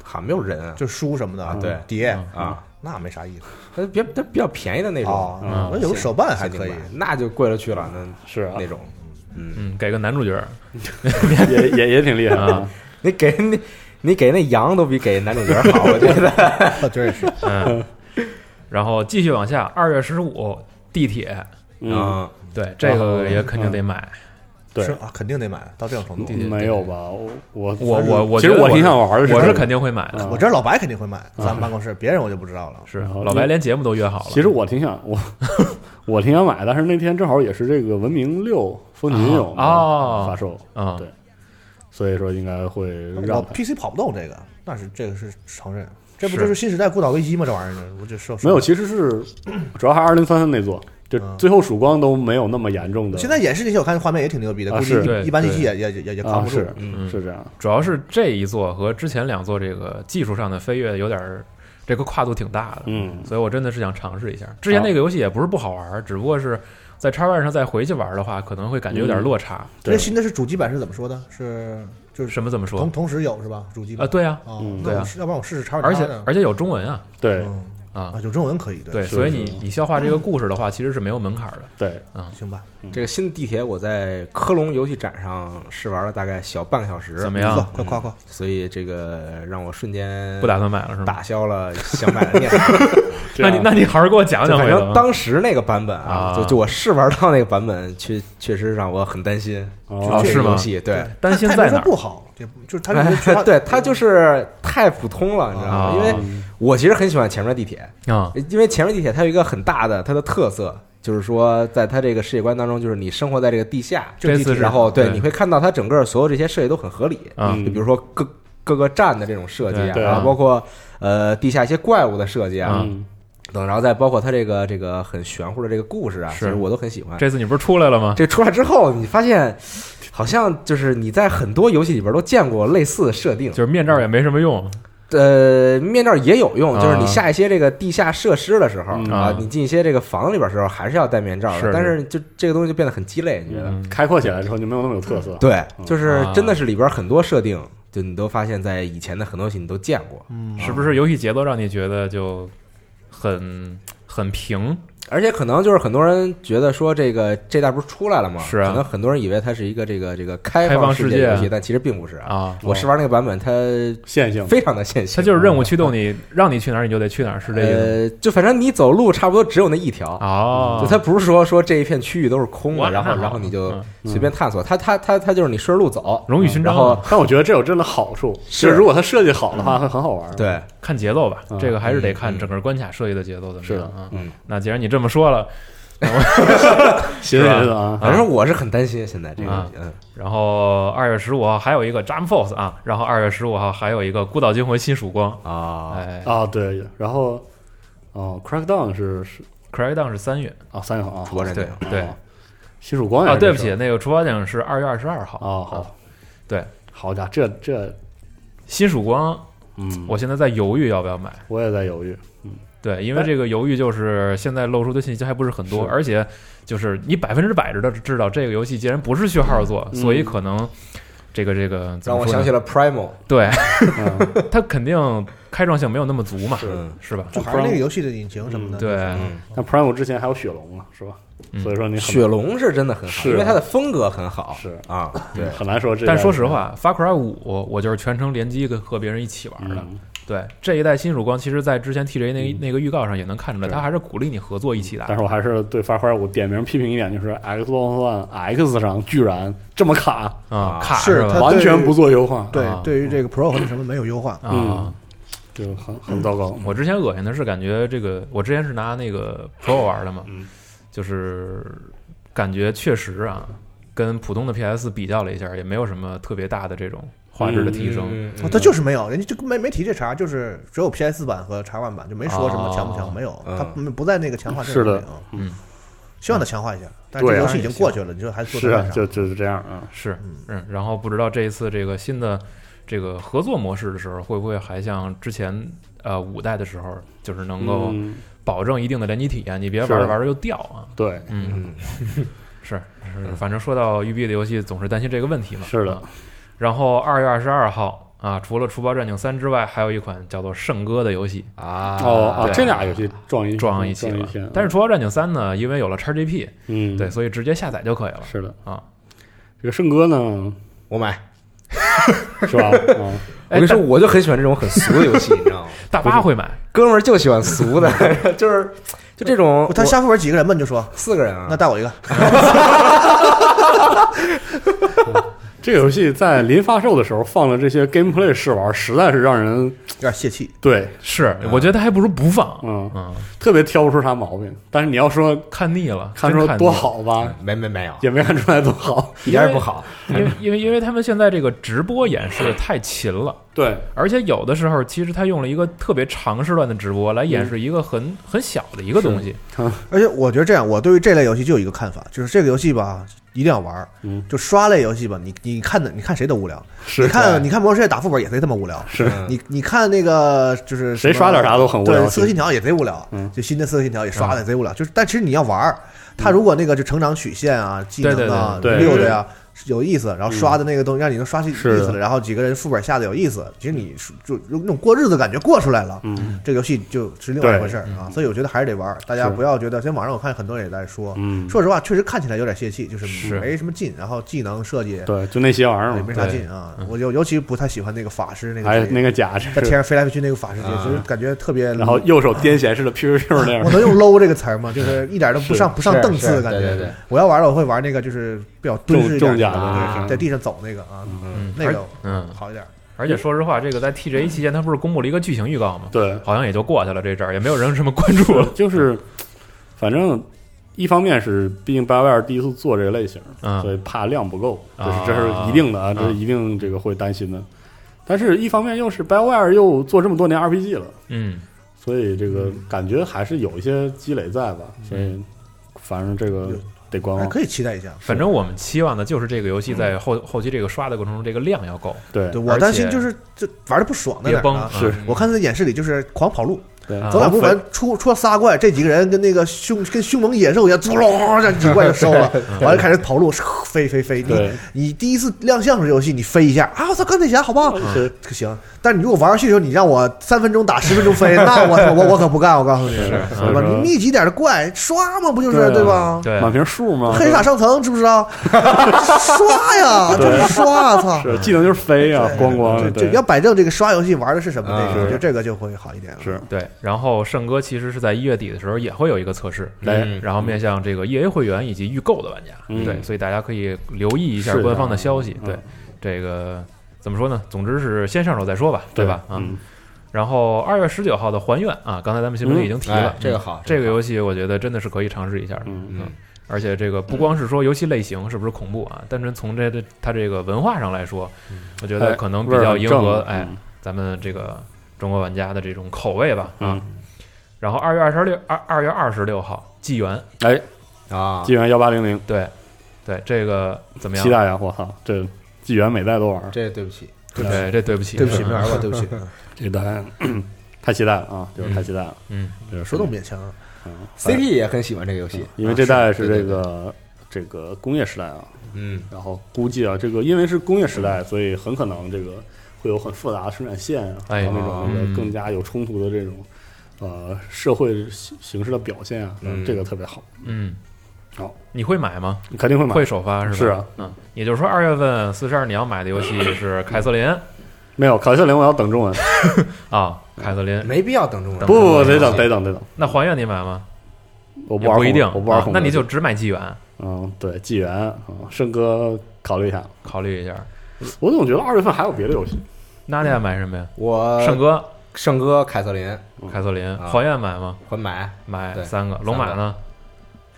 A: 好没有人啊
E: 就书什么的
A: 啊对
E: 碟
A: 啊，
E: 那没啥意思。
A: 它比较它比较便宜的那种，
E: 嗯哦，
B: 嗯
E: 那有个手办还
A: 限定
E: 可以 *laughs*
A: 版，那就贵了去了，那
D: 是啊 *laughs*
A: 那，种，嗯，
B: 嗯，给个男主角，
D: 也也也挺厉害啊，
A: 你给那你给那羊都比给男主角好，我觉
E: *laughs*
A: 得
E: 这也是
B: 嗯，然后继续往下，二月十五，地铁，
D: 嗯，
A: 啊，
B: 对，这个也肯定得买，
D: 对嗯
E: 是，啊，肯定得买到这种程度。
B: 对
D: 没有吧？我我
B: 我我我
D: 其
B: 觉
D: 实
B: 得
D: 挺想玩的，
B: 我
D: 是
B: 是肯定会买的，
D: 啊
E: 我知道老白肯定会买，咱们办公室别人我就不知道了。
B: 是
D: 然后
B: 老白连节目都约好了，
D: 其实我挺想我 *laughs* 我挺想买，但是那天正好也是这个《文明六》风琴有
B: 哦
D: 发售，
B: 啊，
D: 对所以说应该会
E: 我
D: 让他
E: PC 哦跑不动这个，那是这个是承认，这不
B: 是
E: 就是新时代孤岛危机吗？这玩意儿，我就说
D: 没有，，其实是主要还是二零三三那座，就
E: 嗯
D: 最后曙光都没有那么严重的，
E: 现在演示那些我看画面也挺牛逼的，
D: 啊
E: 估计
D: 是
B: 对
E: 一一般机器
B: 对
E: 也也也也
D: 啊
E: 扛不住
D: 是。
A: 嗯
B: 嗯
D: 是这样，
B: 主要是这一座和之前两座这个技术上的飞跃有点儿，这个跨度挺大的，
D: 嗯，
B: 所以我真的是想尝试一下。之前那个游戏也不是不好玩儿，只不过是在叉 Y 上再回去玩儿的话，可能会感觉有
D: 嗯
B: 点落差。
E: 这
D: 对，
E: 新的是主机版是怎么说的？是就是
B: 什么怎么说
E: 同？同时有是吧？主机
B: 啊，
E: 版
B: 对呀、
E: 哦
D: 嗯
E: 那
B: 对啊
E: 我试要不然我试试叉
B: 而且
E: 呢
B: 而且有中文啊
D: 对
E: 嗯啊，，
B: 啊
E: 有中文可以对
B: 对，
D: 哎是
B: 所以
D: 是
B: 你你消化这个故事的话，其实是没有门槛儿的。
D: 对，
E: 行吧？
A: 嗯这个新地铁我在科隆游戏展上试玩了大概小半个小时，嗯
B: 怎么
E: 快
B: 样？
E: 快快快！
A: 所以这个让我瞬间
B: 不打算买了是吗？
A: 打消了想买的念头。
D: 这
B: 那
D: 样
B: 你那你好好给我讲
A: 就
B: 讲
A: 反
B: 回
A: 正
B: 头。
A: 当时那个版本
B: 啊
A: 啊，就就我试玩到那个版本，确确实让我很担心。
D: 哦
A: 这个
B: 是吗
A: 游戏对，
B: 担心
E: 他
B: 在
E: 他也没
B: 哪
E: 说不
B: 儿？哎
E: 好，也不就是他这个缺乏
A: *laughs* 对它就是太普通了，你知道
B: 啊
A: 吗？因为我其实很喜欢前面地铁，
B: 啊
A: 因为前面地铁它有一个很大的它的特色，就是说在它这个世界观当中，就是你生活在这个地下，
B: 这次是
A: 然后对
B: 对
A: 你会看到它整个所有这些设计都很合理，
B: 啊
D: 嗯
A: 就比如说各各个站的这种设计啊，
D: 对对啊
A: 然后包括呃地下一些怪物的设计啊，
D: 嗯
A: 等然后再包括它这个这个很玄乎的这个故事啊，
B: 是
A: 其实我都很喜欢。
B: 这次你不是出来了吗？
A: 这出来之后，你发现好像就是你在很多游戏里边都见过类似的设定
B: 就，是面罩也没什么用，
A: 呃，面罩也有用，
B: 啊
A: 就是你下一些这个地下设施的时候
D: 嗯
B: 啊
A: 啊，你进一些这个房子里边的时候，还是要戴面罩
B: 是
A: 的。但是就这个东西就变得很鸡肋，你觉得？
B: 嗯
D: 开阔起来之后就没有那么有特色，
A: 对，
D: 嗯
A: 就是
B: 啊
A: 真的是里边很多设定，就你都发现，在以前的很多游戏你都见过，
E: 嗯，
B: 是不是游戏节奏让你觉得就很很平？
A: 而且可能就是很多人觉得说这个这代不是出来了吗？
B: 是啊
A: 可能很多人以为它是一个这个这个
B: 开
A: 开
B: 放
A: 放
B: 世
A: 世
B: 界
A: 界游戏，但其实并不是啊。
B: 啊，
A: 我试玩那个版本，它
D: 线性，
A: 非常的线性，
B: 它就是任务驱动你，让你去哪儿你就得去哪儿，是这意思吗？
A: 呃，就反正你走路差不多只有那一条，
B: 哦
A: 就，它不是说说这一片区域都是空
B: 我
A: 的，然后
B: 那好
A: 然后你就
B: 嗯
A: 随便探索。它它它它就是你顺着路走，
B: 荣誉勋章
A: 然
B: 啊，
A: 后
D: 但我觉得这有真的好处，
A: 是
D: *laughs* 就如果它设计好的话，会很好
B: 嗯
D: 玩。，
A: 对，
B: 看节奏吧，
D: 嗯
B: 这个还是得看
A: 嗯
B: 整个关卡设计的节奏怎么
D: 是
B: 样
D: 的
B: 啊。
A: 嗯，
B: 那既然你这么说了，
D: 寻思寻思啊，
A: 反正我是很担心现在这个
B: 啊，
A: 嗯，
B: 然后二月十五号还有一个 Jump Force 啊，然后二月十五号还有一个《孤岛惊魂：新曙光》，
A: 啊，
B: 哎
D: 啊对，然后哦，Crackdown 是是
B: ，Crackdown 是三月
D: 啊三月号啊，
A: 主播阵
B: 对
A: 营
B: 对
D: 哦，西曙光也
B: 啊，
D: 是
B: 对
D: 这
B: 不
D: 事
B: 起，
D: 儿
B: 那个出发奖是二月二十二号
D: 哦
B: 啊
D: 好，
B: 对，
D: 好家伙，这这
B: 新曙光，
D: 嗯，
B: 我现在在犹豫要不要买。
D: 我也在
B: *laughs*
D: 犹豫，
B: 对，因为这个犹豫就是现在露出的信息还不是很多，
D: 是
B: 而且就是你百分之百知道知道这个游戏既然不是序号做，
D: 嗯
B: 所以可能这个这个怎
A: 让
B: 么
A: 我
B: 说
A: 想
B: 呢
A: 起了 Primal，
B: 对 *laughs*
D: 嗯
B: 它肯定开创性没有那么足嘛，
A: 嗯
B: 是吧？
C: 就还是那个游戏的引擎什么的。
B: 对，
A: 嗯，
D: 那 Prime 之前还有雪龙嘛，是吧？
B: 嗯啊
D: 所以说你很
A: 雪龙是真的很好，
D: 是
A: 因为它的风格很好，
D: 是
A: 啊，对，
D: 很难说这。
B: 但说实，话，《f a c r y 五》我就是全程联机跟和别人一起玩的。
D: 嗯，
B: 对这一代新曙光，其实在之前 TJ 那、
D: 嗯
B: 那个预告上也能看出来，
D: 是嗯
B: 他还是鼓励你合作一起打
D: 但。是我还是对发花五点名批评一点，就是 Xbox One X 上居然这么卡，
B: 啊
A: 啊，
B: 卡
C: 是它
B: 吧？
C: 对
D: 完全不做优化，
C: 对
B: 啊，
C: 对于这个 Pro 和那什么没有优化，
B: 啊
D: 嗯，就很很糟糕。
B: 我之前恶心的是感觉这个，我之前是拿那个 Pro 玩的嘛，
D: 嗯
B: 就是感觉确实啊，跟普通的 PS 比较了一下，也没有什么特别大的这种画质的提升。
A: 嗯
C: 哦它就是没有，人家就没没提这茬，就是只有 PS 版和 X One 版，就没说什么强不强，
B: 哦
C: 没有，
A: 嗯
C: 它不不在那个强化阵
D: 是的
C: 里啊。
B: 嗯，
C: 希望它强化一下，但是这
D: 对啊
C: 游戏已经过去了，你说还做
D: 是
C: 成
D: 啊，
C: 啥？
D: 就就是这样啊。
B: 是
C: 嗯，
B: 嗯，然后不知道这一次这个新的这个合作模式的时候，会不会还像之前呃五代的时候，就是能够
D: 嗯
B: 保证一定的联机体验，你别玩
D: 是
B: 着玩着就掉啊。
D: 对，
B: 嗯，
A: 嗯
B: *laughs* 是是，反正说到育碧的游戏，总是担心这个问题嘛。
D: 嗯是的
B: 啊。然后二月二十二号啊，除了《除暴战警三》之外，还有一款叫做《圣歌》的游戏
A: 啊，
D: 哦啊，
B: 对
D: 这俩游戏嗯撞一
B: 撞上一起
D: 起
B: 了
D: 一天。。
B: 但是《除暴战警三》呢，因为有了 XGP，
D: 嗯，
B: 对，，所以直接下载就可以了
D: 是的。
B: 啊。
D: 这个圣哥呢，
A: 我买，
D: 是
B: *laughs*
D: 吧？啊，
A: 我跟你说，
B: 哎
A: 我就很喜欢这种很俗的游戏，你知道吗？
B: 大巴会买，
A: *laughs* 哥们儿就喜欢俗的， *laughs* 就是就这种
C: 不，他
A: 我
C: 下副本几个人嘛？你就说，
A: 四个人啊，
C: 那带我一个，
D: 这个游戏在临发售的时候放了这些 gameplay 试玩，实在是让人
C: 有点泄气。
D: 对，
B: 是，我觉得还不如不放，
D: 啊嗯，
B: 嗯，
D: 特别挑不出啥毛病。但是你要说
B: 看腻了，
D: 看
B: 真
D: 出
B: 腻
D: 多
B: 了。
D: 好吧，
A: 没没没有，
D: 也没看出来多好。
A: 一点也不好。
B: 因为因为因为他们现在这个直播演示太勤了，
D: *laughs* 对，
B: 而且有的时候其实他用了一个特别长时段的直播来演
D: 嗯
B: 示一个很、很小的一个东西。
C: 而且我觉得这样，我对于这类游戏就有一个看法，就是这个游戏吧，一定要玩儿。
D: 嗯
C: 就刷类游戏吧，你你看的，你看谁都无聊。
D: 是
C: 你看，你看《魔兽世界》打副本也贼他妈无聊。
D: 是
A: 嗯
C: 你你看那个就是
D: 谁
C: 什么
D: 刷点啥都很无聊
C: 对，四个信条也贼无聊
D: 嗯，
C: 就新的四个信条也刷的贼无聊。就是，但其实你要玩儿，它如果那个就成长曲线啊、技能啊、
D: 对对对
C: 溜的呀有意思，然后刷的那个东西让你能刷起意
D: 是的
C: 思了，然后几个人副本下的有意思，其实你就就那种过日子感觉过出来了。
D: 嗯
C: 这个游戏就是另外一回事儿啊，所以我觉得还是得玩儿，大家
D: 是
C: 不要觉得。现在网上我看很多人也在说，
D: 嗯，
C: 说实话，确实看起来有点泄气，就是
B: 是
C: 没什么劲，然后技能设计也
D: 对，就那些玩意儿嘛
C: 没。啥
B: 对
C: 劲啊。我尤尤其不太喜欢那个法师那个
D: 哎
C: 职，业
D: 那个甲真
C: 在天
D: 是，
C: 上飞来飞去那个法师节，
A: 啊
C: 就是感觉特别。
D: 然后右手癫痫似的 Q Q Q 那
C: *laughs*
D: 样
C: 我。能用 low 这个词儿吗？就是一点都不上不上
A: 是
C: 档次的
A: 是
C: 感觉。
A: 对对对
C: 我要玩了，我会玩那个就是比较敦实一点
D: 重重甲的
C: 啊
D: 那个
C: 在地上走那个啊，
B: 嗯，
C: 那个
B: 嗯，
C: 好一点。
B: 而且说实话，这个在 TGA 期间，他不是公布了一个剧情预告吗？
D: 对，
B: 好像也就过去了，这阵儿也没有人什么关注了。
D: 就是反正一方面是，毕竟 BioWare 第一次做这个类型，所
B: 嗯
D: 以怕量不够，这
B: 啊
D: 是这是一定啊的啊，这是一定这个会担心的。但是，一方面又是 BioWare 又做这么多年 RPG 了，
B: 嗯，
D: 所以这个
C: 嗯
D: 感觉还是有一些积累在吧。所以，反正这个得观
C: 还
D: 望。
C: 嗯哎可以期待一下。
B: 反正我们期望的就是这个游戏在后、后期这个刷的过程中，这个量要够，
D: 对
C: 对我担心就是这玩的不爽
B: 别
C: 在哪儿
B: 崩。
C: 啊？
D: 是
B: 啊
C: 我看那演示里就是狂跑路，
D: 对
B: 啊
C: 走两步
D: 反
C: 完出出了仨怪，这几个人跟那个凶跟凶猛野兽一样，滋隆这几怪就收了，完了开始跑路，飞飞飞。你 *laughs*
D: 对，
C: 你第一次亮相时游戏，你飞一下啊！我操，钢铁侠好棒，
D: 是
C: 可行。但你如果玩游戏的时候，你让我三分钟打十分钟飞，那我我我可不干，我告诉你，是
D: 所以
C: 吧？
D: 说
C: 你密集点的怪刷嘛，不就是
D: 对啊
C: 对吧？
B: 对，
D: 满屏数嘛，
C: 黑塔上层知不知道？刷呀，
D: 对
C: 就是刷，操！
D: 是技能就是飞啊，咣咣，
C: 就
D: 对，
C: 要摆正这个刷游戏玩的是什么那
A: 啊
C: 个，
D: 是
C: 就这个就会好一点了。
D: 是，
B: 对，然后圣哥其实是在一月底的时候也会有一个测试，
D: 哎
A: 嗯
B: 然后面向这个 EA 会员以及预购的玩家，
D: 嗯
B: 对，所以大家可以留意一下
D: 是的
B: 官方的消息。
D: 嗯
B: 对，这个怎么说呢？总之是先上手再说吧，对吧？啊，
D: 嗯，
B: 然后二月十九号的还愿啊，刚才咱们新闻里已经提了
A: 哎，这个
D: 啊
A: 好，
B: 这个
A: 好
B: 游戏，我觉得真的是可以尝试一下的。
D: 嗯
A: 嗯
B: 而且这个不光是说游戏类型是不是恐怖啊，单纯从这这它这个文化上来说，我觉得
D: 哎
B: 可能比
D: 味儿
B: 较
D: 很
B: 迎
D: 正
B: 合
D: 嗯
B: 哎咱们这个中国玩家的这种口味吧啊。
D: 嗯，
B: 然后二月二十六二二月二十六号纪元，
D: 哎，
A: 啊
D: 纪，元幺八零零，
B: 对对，这个怎么样？
D: 期待呀，我操，这纪元每代都玩，
A: 这对不起，
B: 对，这对不起，
C: 对不起，
B: 嗯
C: 没玩过，对不起，
D: 这个大家 *clears throat* 太期待了啊，就是太期待了，
B: 嗯，
D: 这个
C: 说动勉强。
D: 嗯反正
A: ，CP 也很喜欢这个游戏，
D: 因为这代是
A: 啊是
D: 这个这个工业时代啊，
A: 嗯，
D: 然后估计啊，这个因为是工业时代，所以很可能这个会有很复杂的生产线啊，
B: 哎
D: 然后那种
B: 嗯
D: 这个更加有冲突的这种呃社会形形式的表现啊，
A: 嗯
D: 这个特别好，
B: 嗯，
D: 好，
B: 你会买吗？
D: 你肯定会买。
B: 会首发是吧？
D: 是啊，
B: 嗯，也就是说二月份四十二你要买的游戏是凯瑟琳
D: 没有考笑林，我要等中文，
B: 啊，凯瑟琳。
A: 没必要等中文。
D: 不不不，得
B: 等
D: 等得等得等，
B: 那还愿你买吗？
D: 我不
B: 也
D: 玩
B: 不一
D: 恐
B: 定，
D: 我不玩
B: 啊
D: 恐怖
B: 那你就只买纪元，
D: 嗯，对，纪元啊，盛哥考虑一下。
B: 考虑一下。
D: 我总觉得二月份还有别的游戏，
B: 那你要买什么呀？
A: 我
B: 圣哥、
A: 圣哥凯瑟琳
D: 嗯
B: 凯瑟琳、
A: 呃啊
B: 还愿买吗？
A: 会买，
B: 买
A: 对
B: 三个。龙马呢？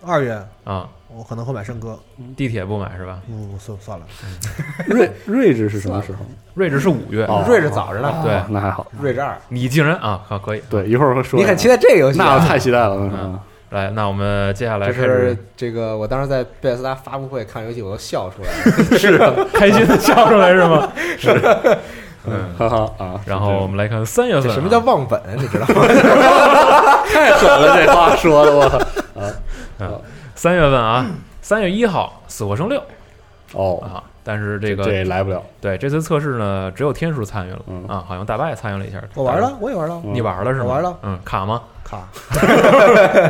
C: 二月
B: 啊，
C: 我可能会买圣歌，
B: 地铁不买是吧？
C: 不不算算了，
D: *laughs* 睿睿智是什么时候？
B: 睿智是五月，
D: 哦
A: 睿智早着呢，
B: 对
D: 哦那还好。
A: 睿智二，
B: 你竟然啊，好可以。
D: 对，一会儿会说。
A: 你很期待这个游戏
D: 那我
A: 啊？
D: 太期待了，那是
B: 嗯来，那我们接下来
A: 这
B: 开
A: 是
B: 始
A: 这个，我当时在贝斯达发布会看游戏，我都笑出来了。
B: 开心的笑出来是吗？嗯
D: 哈哈啊。
B: 然后我们来看三月
A: 这
B: 份啊，
A: 什么叫忘本？你知道吗？
D: 太狠了，这话说的我操
B: 三月份啊？三月一号，《死火生六》
D: 哦，
B: 啊，但是这
D: 这
B: 个
D: 这也来不了。
B: 对这次测试呢，只有天数参与了
D: 嗯
B: 啊，好像大巴也参与了一下。
C: 我玩了，我也玩了，
B: 你玩了是吗？
C: 我玩了，
B: 嗯，卡吗？
C: *laughs* 卡，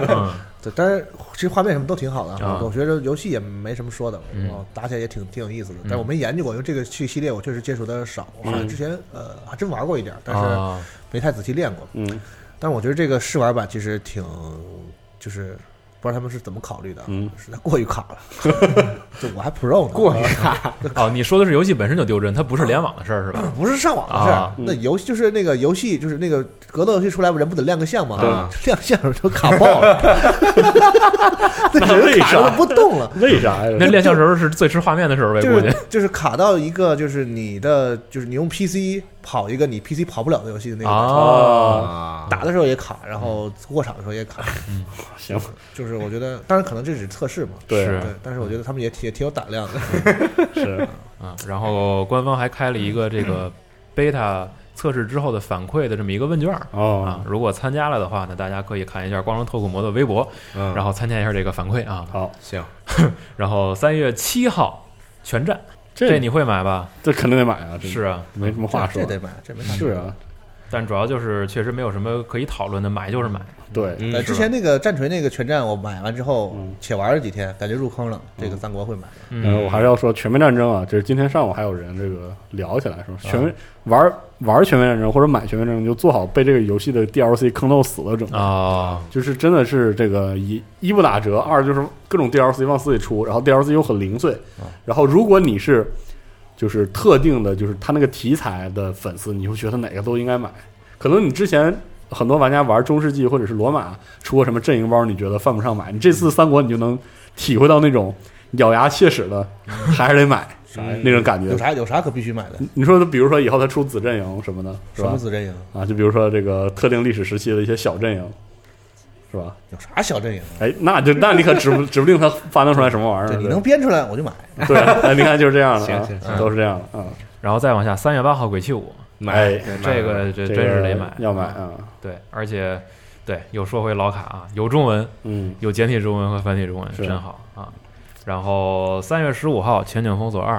B: 嗯，
C: 对，但是其实画面什么都挺好的，
B: 啊
C: 我觉得游戏也没什么说的，
B: 嗯
C: 我打起来也挺挺有意思的。但是我没研究过，因为这个系系列我确实接触的少，我好像之前呃还真玩过一点，但是
B: 啊
C: 没太仔细练过。
D: 嗯
C: 但是我觉得这个试玩版其实挺，就是不知道他们是怎么考虑的，
D: 嗯
C: 实在过于卡了， *laughs* 就我还 Pro 呢，
A: 过于
C: 卡，
B: 哦，你说的是游戏本身就丢帧，它不是联网的事儿是吧？
C: 不是上网的事儿
D: 嗯
B: 啊。
C: 那游戏就是那个游戏，就是那个格斗游戏出来，人不得亮个相吗？
A: 对
C: *laughs* 亮相都卡爆了，
D: 那
C: *laughs*
D: 为
C: 卡的
D: 啥？
C: 不动了。
D: 为啥呀？
B: *laughs* 那亮相时候是最吃画面的时候呗，
C: 就
B: 估计
C: 是就是卡到一个就是你的就是你用 PC 跑一个你 PC 跑不了的游戏的那个，
B: 啊，
A: 啊
C: 打的时候也卡，然后过场的时候也卡，
D: *laughs* 行，
C: 就是我觉得，当然可能这只是测试嘛，
D: 对
B: 是
C: 对，但是我觉得他们也挺也挺有胆量的，
B: *laughs*
D: 是
B: 嗯，然后官方还开了一个这个 beta 测试之后的反馈的这么一个问卷儿啊
D: 哦，，
B: 如果参加了的话呢，大家可以看一下光荣特库摩的微博，
A: 嗯
B: 然后参加一下这个反馈啊。
D: 好，
A: 行，
B: 然后三月七号全站，这你会买吧？
D: 这肯定得买啊，这
B: 是啊，
D: 没什么话说
C: 这。得买，这没啥
D: 是。啊，
B: 但主要就是确实没有什么可以讨论的，买就是买。
D: 对，
A: 嗯
C: 呃，之前那个战锤那个全战，我买完之后
D: 嗯
C: 且玩了几天，感觉入坑了。这个三国会买，
D: 呃，
B: 嗯，
D: 我还是要说全面战争啊，就是今天上午还有人这个聊起来说，全
B: 啊
D: 面玩玩全面战争或者买全面战争，就做好被这个游戏的 DLC 坑到死的准备。
B: 啊，
D: 就是真的是这个一一不打折，二就是各种 DLC 往死里出，然后 DLC 又很零碎，然后如果你是就是特定的，就是他那个题材的粉丝，你会觉得哪个都应该买。可能你之前很多玩家玩中世纪或者是罗马出过什么阵营包，你觉得犯不上买，你这次三国你就能体会到那种咬牙切齿的，还是得买那种感觉
C: 有。啥有啥可必须买的？
D: 你说，比如说以后他出子阵营什么的，是
C: 什么
D: 吧？
C: 子阵营？
D: 啊，就比如说这个特定历史时期的一些小阵营，是吧？
C: 有啥小阵营啊？
D: 哎，那就那你可指不指不定他发明出来什么玩意
C: 对，
D: 儿。
C: 你能编出来我就买。
D: 对，哎，你看就是这样的
A: 行行
D: 啊，都是这样
B: 嗯
D: 的啊。
B: 然后再往下，三月八号鬼泣五，
D: 哎，
B: 这个这
D: 这
B: 真
D: 个
B: 是得买，嗯
D: 要买啊。
B: 对，而且对，又说回老卡啊，有中文，
D: 嗯，
B: 有简体中文和繁体中文，
D: 是
B: 真好啊。然后三月十五号《全景封锁二》，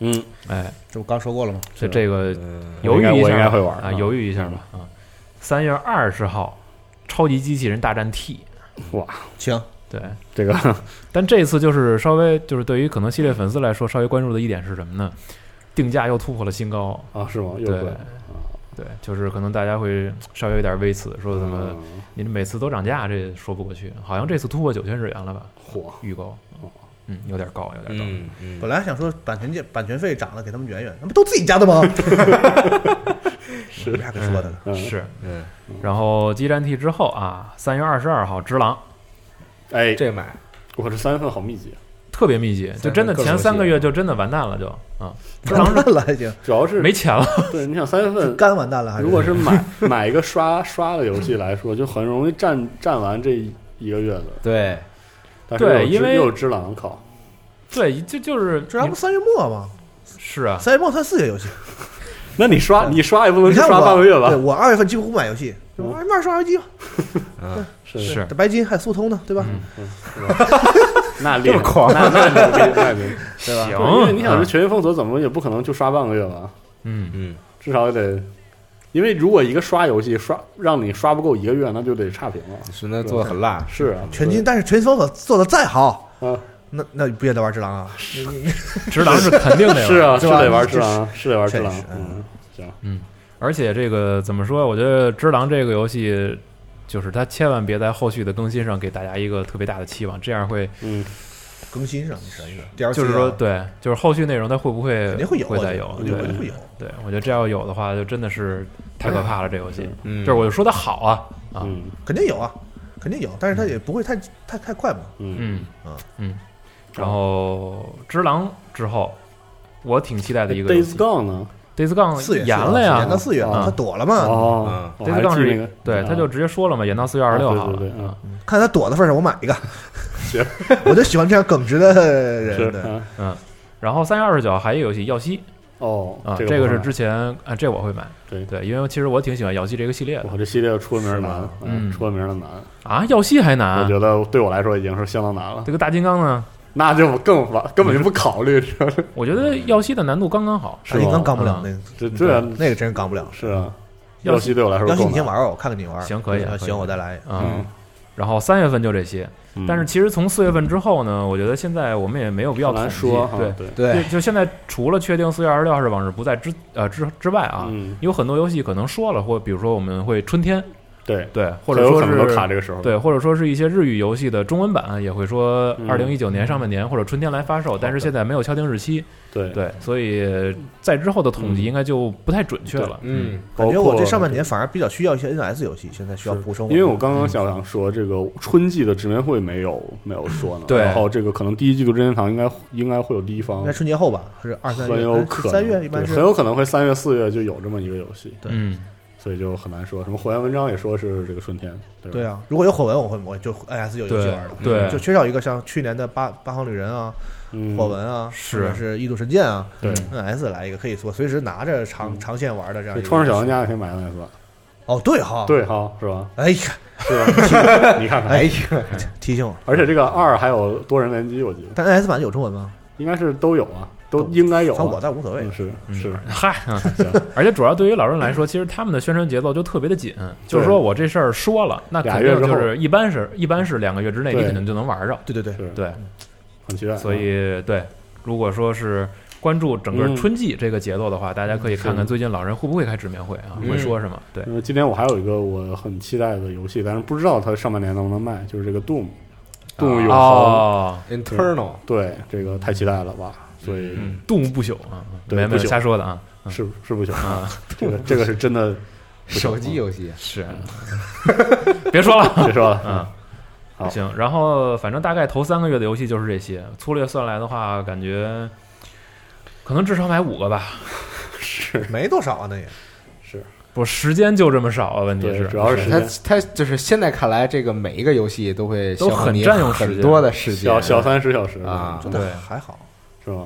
D: 嗯，
B: 哎，
C: 这不刚说过了吗？
B: 这这个
A: 嗯
B: 犹豫一
D: 呃我应该我应该
B: 下
D: 会玩
B: 啊，
D: 嗯
B: 犹豫一下吧啊。三月二十号《超级机器人大战 T
D: 哇，
C: 行，》，
B: 对，
D: 这个 *laughs*
B: 但这次就是稍微就是对于可能系列粉丝来说稍微关注的一点是什么呢？定价又突破了新高，
D: 啊是吗？又
B: 对
D: 贵，
B: 对，就是可能大家会稍微有点微词，说怎么
D: 嗯
B: 你每次都涨价，这说不过去。好像这次突破九千日元了吧？
D: 火？
B: 预购，嗯，有点高，有点高。
A: 嗯嗯
C: 本来想说版权界版权费涨了，给他们圆圆，那不都自己家的吗？是，没啥可说的了。
D: 嗯，
B: 是，
A: 嗯，
B: 然后激战 T 之后啊，三月二十二号，只狼
D: 哎，
A: 这买
D: 我这三月份好密集，啊
B: 特别密集，就真的
A: 各种
B: 前三个月
A: 游戏
B: 就真的完蛋了，就啊，只
C: *laughs* 完
B: 狼
C: 蛋了，已经
D: 主要是
B: 没钱了，
D: 对，你想三月份。
C: 干完蛋了，还是
D: 嗯如果是买买一个刷刷的游戏来说，就很容易占占完这一个月的。
A: 对，
D: 但是
B: 对
D: 有只
B: 因为
D: 又有只狼靠，
B: 对，就就是
C: 这还不三月末吗？
B: 是啊，
C: 三月末算四月游戏，
D: 那你刷你刷也不能
C: 你
D: 就
C: 看
D: 刷
C: 我
D: 半个月吧
C: 对？我二月份几乎不买游戏，就二月份刷游戏吧，
A: 嗯
D: 是
B: 是
C: 白金还速通呢，对吧？
B: 嗯
D: 是吧？
B: *laughs*
D: 那厉
A: 这
D: 害，
A: 么狂
D: 那那牛逼，那牛逼，
A: 对吧？
B: 行
D: 对因为你想，这全员封锁怎么也不可能就刷半个月吧？
B: 嗯，
A: 嗯，
D: 至少也得，因为如果一个刷游戏刷让你刷不够一个月，那就得差评了。
A: 是那做的很辣，
D: 是啊，
C: 全金，但是全金方法做的再好，
D: 啊，
C: 那那不也得玩只狼啊？
B: 直狼是肯定的呀。
D: 是啊，
C: 是
D: 是
C: 吧
D: 得玩只狼，是得玩只
C: 确
D: 狼
C: 实，
D: 嗯，行，
B: 而且这个怎么说？我觉得《只狼》这个游戏，就是它千万别在后续的更新上给大家一个特别大的期望，这样会
D: 嗯，
C: 更新上你啥意思？DLC 啊
B: 就是说对，就是后续内容它会不会
C: 肯定会有啊，
B: 会再有？
C: 我觉得肯定
B: 对
C: 会有。
B: 对，我觉得这要有的话，就真的是太可怕了。这游戏，
A: 嗯，
B: 就是我就说它好啊啊，
D: 嗯
C: 肯定有啊，肯定有，但是它也不会太太太快嘛。
D: 嗯
B: 嗯
C: 啊
B: 嗯。然后《只狼》之后，我挺期待的一个游
D: 哎，Days
B: 戏
D: Gone 呢？
B: Days Gone
C: 四月
B: 延了呀，
C: 延到四月了，
B: 啊
C: 他躲了嘛？
D: 哦，我
B: 嗯 Days
D: 还
B: Gone
D: 记
B: 是
D: 那个，
B: 对，他就直接说了嘛，延到四月二十六号
D: 嗯啊对对对
B: 了。
C: 看他躲的份儿上，我买一个。
D: *laughs* 行，
C: *laughs* 我就喜欢这样耿直的
D: 是
C: 人。对
D: 啊
B: 然后三月二十九还有一个游戏《耀西》
D: 哦
B: 啊，，
D: 这
B: 这个
D: 不
B: 是
D: 好
B: 之前啊，这我会买。
D: 对
B: 对，因为其实我挺喜欢《耀西》这个系列的
D: 我这系列出了名儿难，啊
B: 嗯
D: 出了名儿的难，
B: 啊，《耀西》还
D: 我
B: 难，
D: 觉得对我来说已经是相当难了。
B: 这个大金刚呢，
D: 那就更完，根本就不考虑这
B: 我觉得《耀西》的难度刚刚好。
C: 大金刚刚不
B: 嗯
C: 了那个，
D: 啊这这样
C: 那个真是刚不了。
D: 是啊，
B: 要
D: 耀西对我来说
C: 嗯要是
D: 够
C: 你先啊
D: 难。
C: 玩玩，哦我看看你玩。呃
B: 行
D: 啊
B: 可以可以
C: 行，我再来。
B: 嗯，然后三月份就这些，
D: 嗯
B: 但是其实从四月份之后呢，我觉得现在我们也没有必要
D: 很
B: 统
D: 难
B: 计
D: 说哈，
B: 对，
D: 对，
A: 对
B: 就就现在除了确定四月二十六号是往日不在之呃之之外啊，
D: 嗯，
B: 有很多游戏可能说了，或比如说我们会春天，
D: 对，
B: 对，或者
D: 有
B: 说
D: 可能都卡
B: 是
D: 这个时候，
B: 对，或者说是一些日语游戏的中文版啊也会说
D: 嗯
B: 二零一九年上半年或者春天来发售，但是现在没有敲定日期，
D: 对嗯
B: 对，所以在之后的统计应该就不太准确了。
A: 嗯，
D: 包
C: 感
D: 括
C: 觉我这上半年反而比较需要一些 NS 游戏，现在需要补充。
D: 因为我刚
C: 嗯
D: 刚想想说，这个春季的直面会没有没有说呢，
B: 对
D: 然后这个可能第一季度任天堂应该应该会有第一
C: 应
D: 方
C: 该，春节后吧，还是二三月？
D: 很有
C: 哎
D: 可能
C: 三月一般
D: 对
C: 是
D: 很有可能会三月四月就有这么一个游戏，
C: 对
B: 嗯，
D: 所以就很难说。什么火焰文章也说是这个春天，对吧
C: 对？啊，如果有火纹，我会我就 NS 有游戏
B: 对
C: 玩了。
B: 对
C: 就缺少一个像去年的八八方旅人啊、
D: 嗯，
C: 火纹啊，
B: 是
C: 或者是异度神剑啊
D: 对。
C: ，NS 来一个可以做随时拿着
B: 嗯
C: 长长线玩的这样
D: 这
C: 一个。
D: 创世小当家也可以买 NS，吧
C: 哦，对哈，，
D: 对哈，
C: *laughs*
D: 是吧？
C: 哎呀，
D: 是吧？你看看，
C: 哎呀，提醒我，
D: 而且这个二还有多人联机，我记得
C: 但 NS 版有中文吗？
D: 应该是都有啊，都应该有、啊。
C: 反正我倒无所谓
D: 嗯，是
B: *laughs*
D: 是，
B: 嗨，嗯而且主要对于老人来说，其实他们的宣传节奏就特别的紧，就是说我这事儿说了，那肯定就是一般是一般是两个月之内你
D: 对
B: 肯定就能玩着，
C: 对对对，
D: 是
B: 对，
D: 很期待啊。
B: 所以对，如果说是。关注整
D: 嗯
B: 个春季这个节奏的话，大家可以看看最近老人会不会开直面会啊，
A: 嗯
B: 会说什么？对，
D: 呃，今天我还有一个我很期待的游戏，但是不知道它上半年能不能卖，就是这个 Doom，Doom 嗯
B: 啊
D: 永恒。
B: 哦，
A: 嗯 internal，
D: 对，这个太期待了吧？所以、
B: 嗯，动物不朽啊，
D: 对
B: 没没有
D: 不朽
B: 瞎说的啊，嗯
D: 是是不行
B: 啊，
D: *laughs* 这个这个是真的，
A: 手机游戏，啊
B: 是， *laughs* 别说
D: *laughs*
B: 了，
D: 别说了，
B: 嗯，
D: 好
B: 行，然后反正大概头三个月的游戏就是这些，粗略算来的话，感觉可能至少买五个吧。
D: 是
C: 没多少啊，那也
D: 是，
B: 不，时间就这么少啊，问题
D: 对，
B: 是
D: 主要是时
A: 它
D: 间。
A: 它就是现在看来，这个每一个游戏都会
B: 都
A: 消耗
B: 很
A: 你
B: 占用时
A: 很
B: 间
A: 多的时间
D: 小，小三十小时
A: 啊
D: 真的
B: 对
C: 还好。
D: 是吗？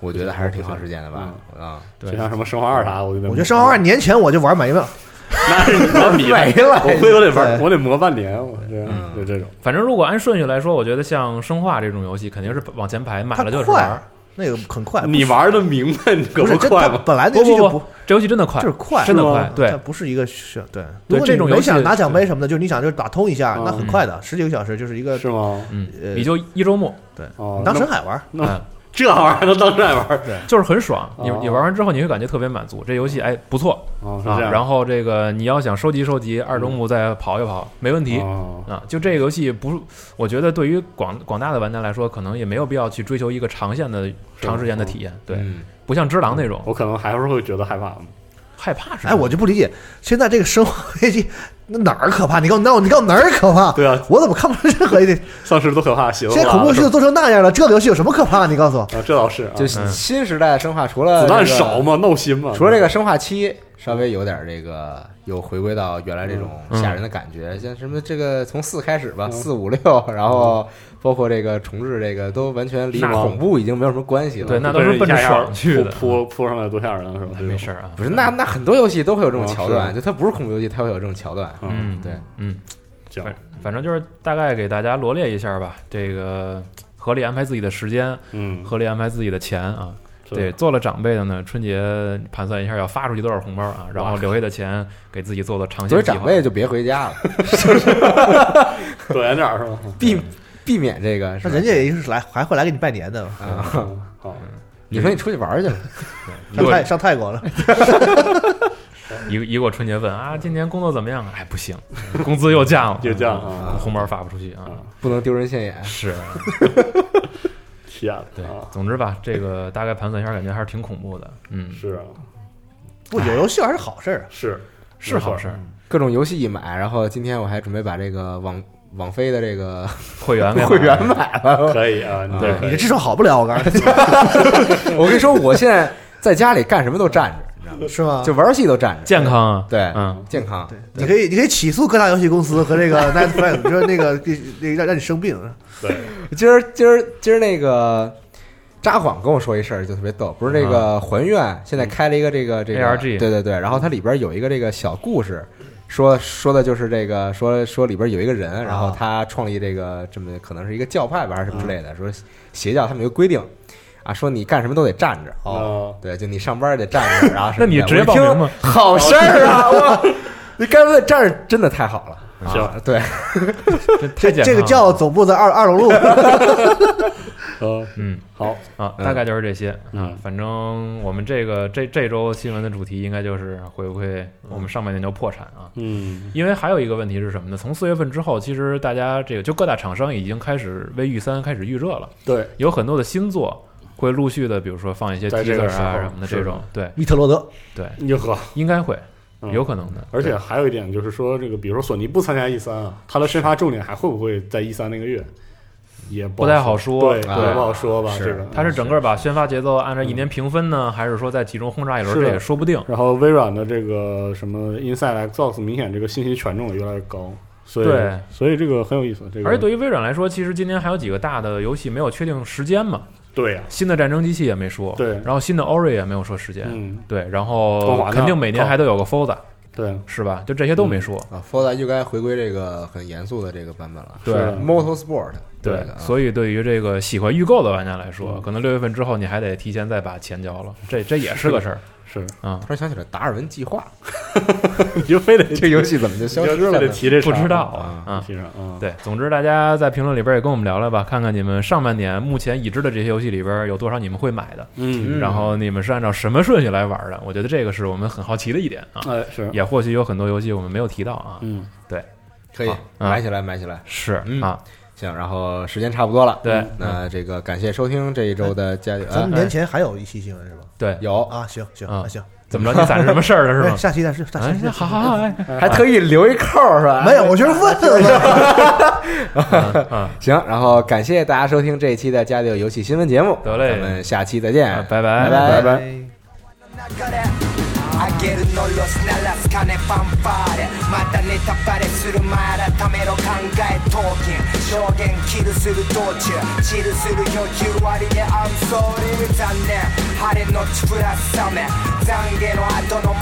A: 我觉得还是挺耗时间的吧，啊，
B: 对
D: 就像什么生化二啥，我就得
C: 我觉得《生化二》年前我就玩没了，
D: 那是你妈逼的
A: 没了
D: 我回头得玩，
C: 对
D: 我得磨半年，我这
A: 嗯
D: 就这种
B: 反正如果按顺序来说，我觉得像生化这种游戏肯定是往前排，买
C: 它
B: 了就是
C: 快
B: 玩。，
C: 那个很快。
D: 你玩的明白，你可
C: 不是真
D: 快
C: 它
D: 吗？
C: 本来那
B: 不
C: 游戏
B: 不
C: 就
B: 不，这游戏真的快，
C: 就是快，
B: 真的
D: 是吗
B: 快。对
C: 它，不是一个选对。
B: 对
C: 如果
B: 这种
C: 你
B: 游
C: 没
B: 戏
C: 想拿奖杯什么的，就是你想就打通一下，
D: 嗯
C: 那很快的，十几个小时就是一个。
D: 是吗？
B: 嗯，
C: 呃
B: 你就一周末，
D: 哦
C: 你，当深海玩，
D: 那
B: 嗯
D: 这玩意儿都当这玩儿
B: 就是很爽。你
D: 哦
B: 你玩完之后，你会感觉特别满足，这游戏哎不错
D: 哦，是
B: 啊
D: 这。样。
B: 然后这个你要想收集收集，二周目再跑一跑，没问题。
D: 哦
B: 啊，就这个游戏不是，我觉得对于广广大的玩家来说，可能也没有必要去追求一个长线的、长时间的体验。对，
A: 嗯
B: 不像《只狼》那种
D: 我可能还是会觉得害怕。
B: 害怕是吧。
C: 哎，我就不理解现在这个生化危机那哪儿可怕？你告诉我那我你告诉我哪儿可怕？
D: 对啊，
C: 我怎么看不出任何一点？
D: 丧尸多可怕，
B: 啊
D: 血都
C: 现在
D: 拉
C: 恐怖游戏
D: 了
C: 都做成那样了，这个游戏有什么可怕？你告诉我，
D: 啊，这倒是啊，
A: 就
B: 嗯
A: 新时代生化除了
D: 子弹
A: 这个
D: 少嘛，闹心嘛。
A: 除了这个生化七稍微有点这个有回归到原来这种
B: 嗯
A: 吓人的感觉，像什么这个从四开始吧，
D: 嗯
A: 四五六， *laughs* 然后包括这个重置这个都完全离
D: 那
A: 恐怖已经没有什么关系了。
B: 对那
D: 被人
B: 都是奔着
D: 一下下
B: 爽去的
D: 扑扑扑上来多吓人啊，是吧？这种
B: 没事儿啊，
A: 不是那那很多游戏都会有这种
D: 啊
A: 桥
D: 是
A: 段，就它不是恐怖游戏，它会有这种桥段。
B: 嗯，
A: 对，
B: 嗯，
D: 叫
B: 反反正就是大概给大家罗列一下吧，这个合理安排自己的时间，
D: 嗯，
B: 合理安排自己的钱啊。
D: 是
B: 对，做了长辈的呢，春节盘算一下要发出去多少红包啊，然后留下的钱给自己做做长
A: 作
B: 线
A: 为
B: 计划。
A: 长辈就别回家了，
D: 躲远点儿是吧？
A: 避避免这个。是
C: 那
A: 吧
C: 人家也是来还会来给你拜年的，
A: 啊，
D: 嗯好，
A: 你说你出去玩去了，
B: 一
C: 上
B: 过
C: 泰上泰国了，
B: 一一过春节问啊，今年工作怎么样啊？哎，不行， *laughs* 工资又降了，嗯
D: 就这样啊，
B: 红包发不出去啊。哎
A: 不能丢人现眼。
B: 是，
D: 天
B: 对
D: 啊，，
B: 总之吧，这个大概盘算一下，感觉还是挺恐怖的。嗯，
D: 是啊，
C: 不
B: 哎
C: 有游戏还是好事儿啊。
D: 是
B: 是好事儿，
A: 各种游戏一买，然后今天我还准备把这个网网飞的这个
B: 会
A: *laughs*
B: 员
A: 会员
B: 嘛，
A: 买了。
D: 可以啊，你这
C: 你
D: 可
C: 这
D: 以
C: 至少好不了，我告诉
B: *laughs*
A: 我跟你说，我现在在家里干什么都站着，
C: 你，是吗？
A: 就玩游戏都站着，
B: 健康啊，
A: 对
B: 嗯，
A: 健康。
C: 你可以，你可以起诉各大游戏公司和这
B: *laughs*
C: 个 Netflix，你说那个给那个让让你生病，
D: 对，
A: 今儿今儿今儿那个扎晃跟我说一事儿，就特别逗，不是这个还愿现在开了一个这个这个
B: ARG
A: 对对对，然后它里边有一个这个小故事。说说的就是这个，说说里边有一个人，然后他创立这个这么可能是一个教派吧，还是什么之类的。说邪教他们有个规定，啊，说你干什么都得站着。
D: 哦，
A: 对，就你上班也得站着，然后什
B: 那
A: 么的
B: 你直接报名吗？
A: 我一听 *laughs* 好事儿啊！我，你干脆站着，真的太好了。啊
D: 行，
A: 对，
B: 这太
C: 这
B: 健康了啊
C: 这个教总部在二
B: *laughs*
C: 二龙路，
D: 呃，
B: 嗯
D: 好，
B: 啊，
A: 嗯
B: 大概就是这些。
D: 嗯，
B: 反正我们这个这这周新闻的主题应该就是回不会我们上半年就破产啊。
D: 嗯，
B: 因为还有一个问题是什么呢？从四月份之后，其实大家这个就各大厂商已经开始为预三开始预热了，
D: 对，
B: 有很多的新作会陆续的，比如说放一些
D: 在这
B: teaser
D: 个时候
B: 啊什么的
D: 是
B: 这种，对
C: 密特罗德
B: 对，
D: 你就喝。
B: 应该会
D: 嗯
B: 有可能的。
D: 而且还有一点就是说，这个比如说索尼不参加 E 三啊，它的深发重点还会不会在 E 三那个月，也不
B: 不太好说
D: 对，
B: 对
D: 也不好说吧，
A: 是
D: 这个嗯
B: 它是整个把宣发节奏按照一年平分呢，还是说在其中轰炸一轮？
D: 是的
B: 这也说不定。
D: 然后微软的这个什么 Inside Xbox 明显这个信息权重也越来越高，所以
B: 对
D: 所以这个很有意思。这个
B: 而且对于微软来说，其实今年还有几个大的游戏没有确定时间嘛，
D: 对啊呀，
B: 新的战争机器也没说，
D: 对
B: 然后新的 Ori 也没有说时间，
D: 嗯，
B: 对，然
D: 光
B: 后
D: 华呢
B: 肯定每年还都有个 Forza
D: 对，
B: 是吧？就这些
D: 嗯
B: 都没说，
A: 啊，Forza 又该回归这个很严肃的这个版本了。
B: 对
D: 是啊的
A: Motorsport，
B: 对
A: 这个，啊
B: 所以对于这个喜欢预购的玩家来说，可能六月份之后你还得提前再把钱交了，这这也是个事儿
D: 是， *laughs*
B: 啊。
A: 突然想起了达尔文计划，
D: 你就非
A: *laughs*
D: 得
A: 这个游戏怎么就消
D: 你
A: 失
D: 就
A: 了
D: 非得
A: 呢？
D: 提这茬
B: 不
D: 儿
B: 知道
A: 啊
B: 啊，
D: 提上啊，
B: 对，总之大家在评论里边也跟我们聊聊吧，看看你们上半年目前已知的这些游戏里边有多少你们会买的，
D: 嗯，
A: 嗯
B: 然后你们是按照什么顺序来玩的？我觉得这个是我们很好奇的一点啊，
D: 哎是，
B: 也或许有很多游戏我们没有提到啊。
D: 嗯，
A: 可以
B: 啊
A: 买起来，买起来。
B: 是
A: 嗯
B: 啊，
A: 行，然后时间差不多了。
B: 对哎
A: 那这个感谢收听这一周的加
C: 咱
A: 啊
C: 们年前还有一期新闻是吧？
B: 对，
A: 有
C: 啊，行行
B: 啊
C: 那行，
B: 怎么着？你攒着什么事儿了是
C: *laughs* 哎
B: 吗？
C: 下期再说，下期
B: 哎
C: 再，
B: 好
C: 说
B: 好好，哎
A: 还特意留一扣儿是吧？
C: 没有，我就是问，
B: 啊，
A: 行，然后感谢大家收听这一期的《加六游戏新闻》节目，
B: 得嘞啊
A: 咱们下期再见，
B: 拜拜
A: 拜
D: 拜拜。
F: あげるのロスならす金ファンファーレまたネタバレする前改めろ考え闘金証言キルする道中チルする余裕割りで I'm sorry 残念晴れのちプラス雨懺悔の後の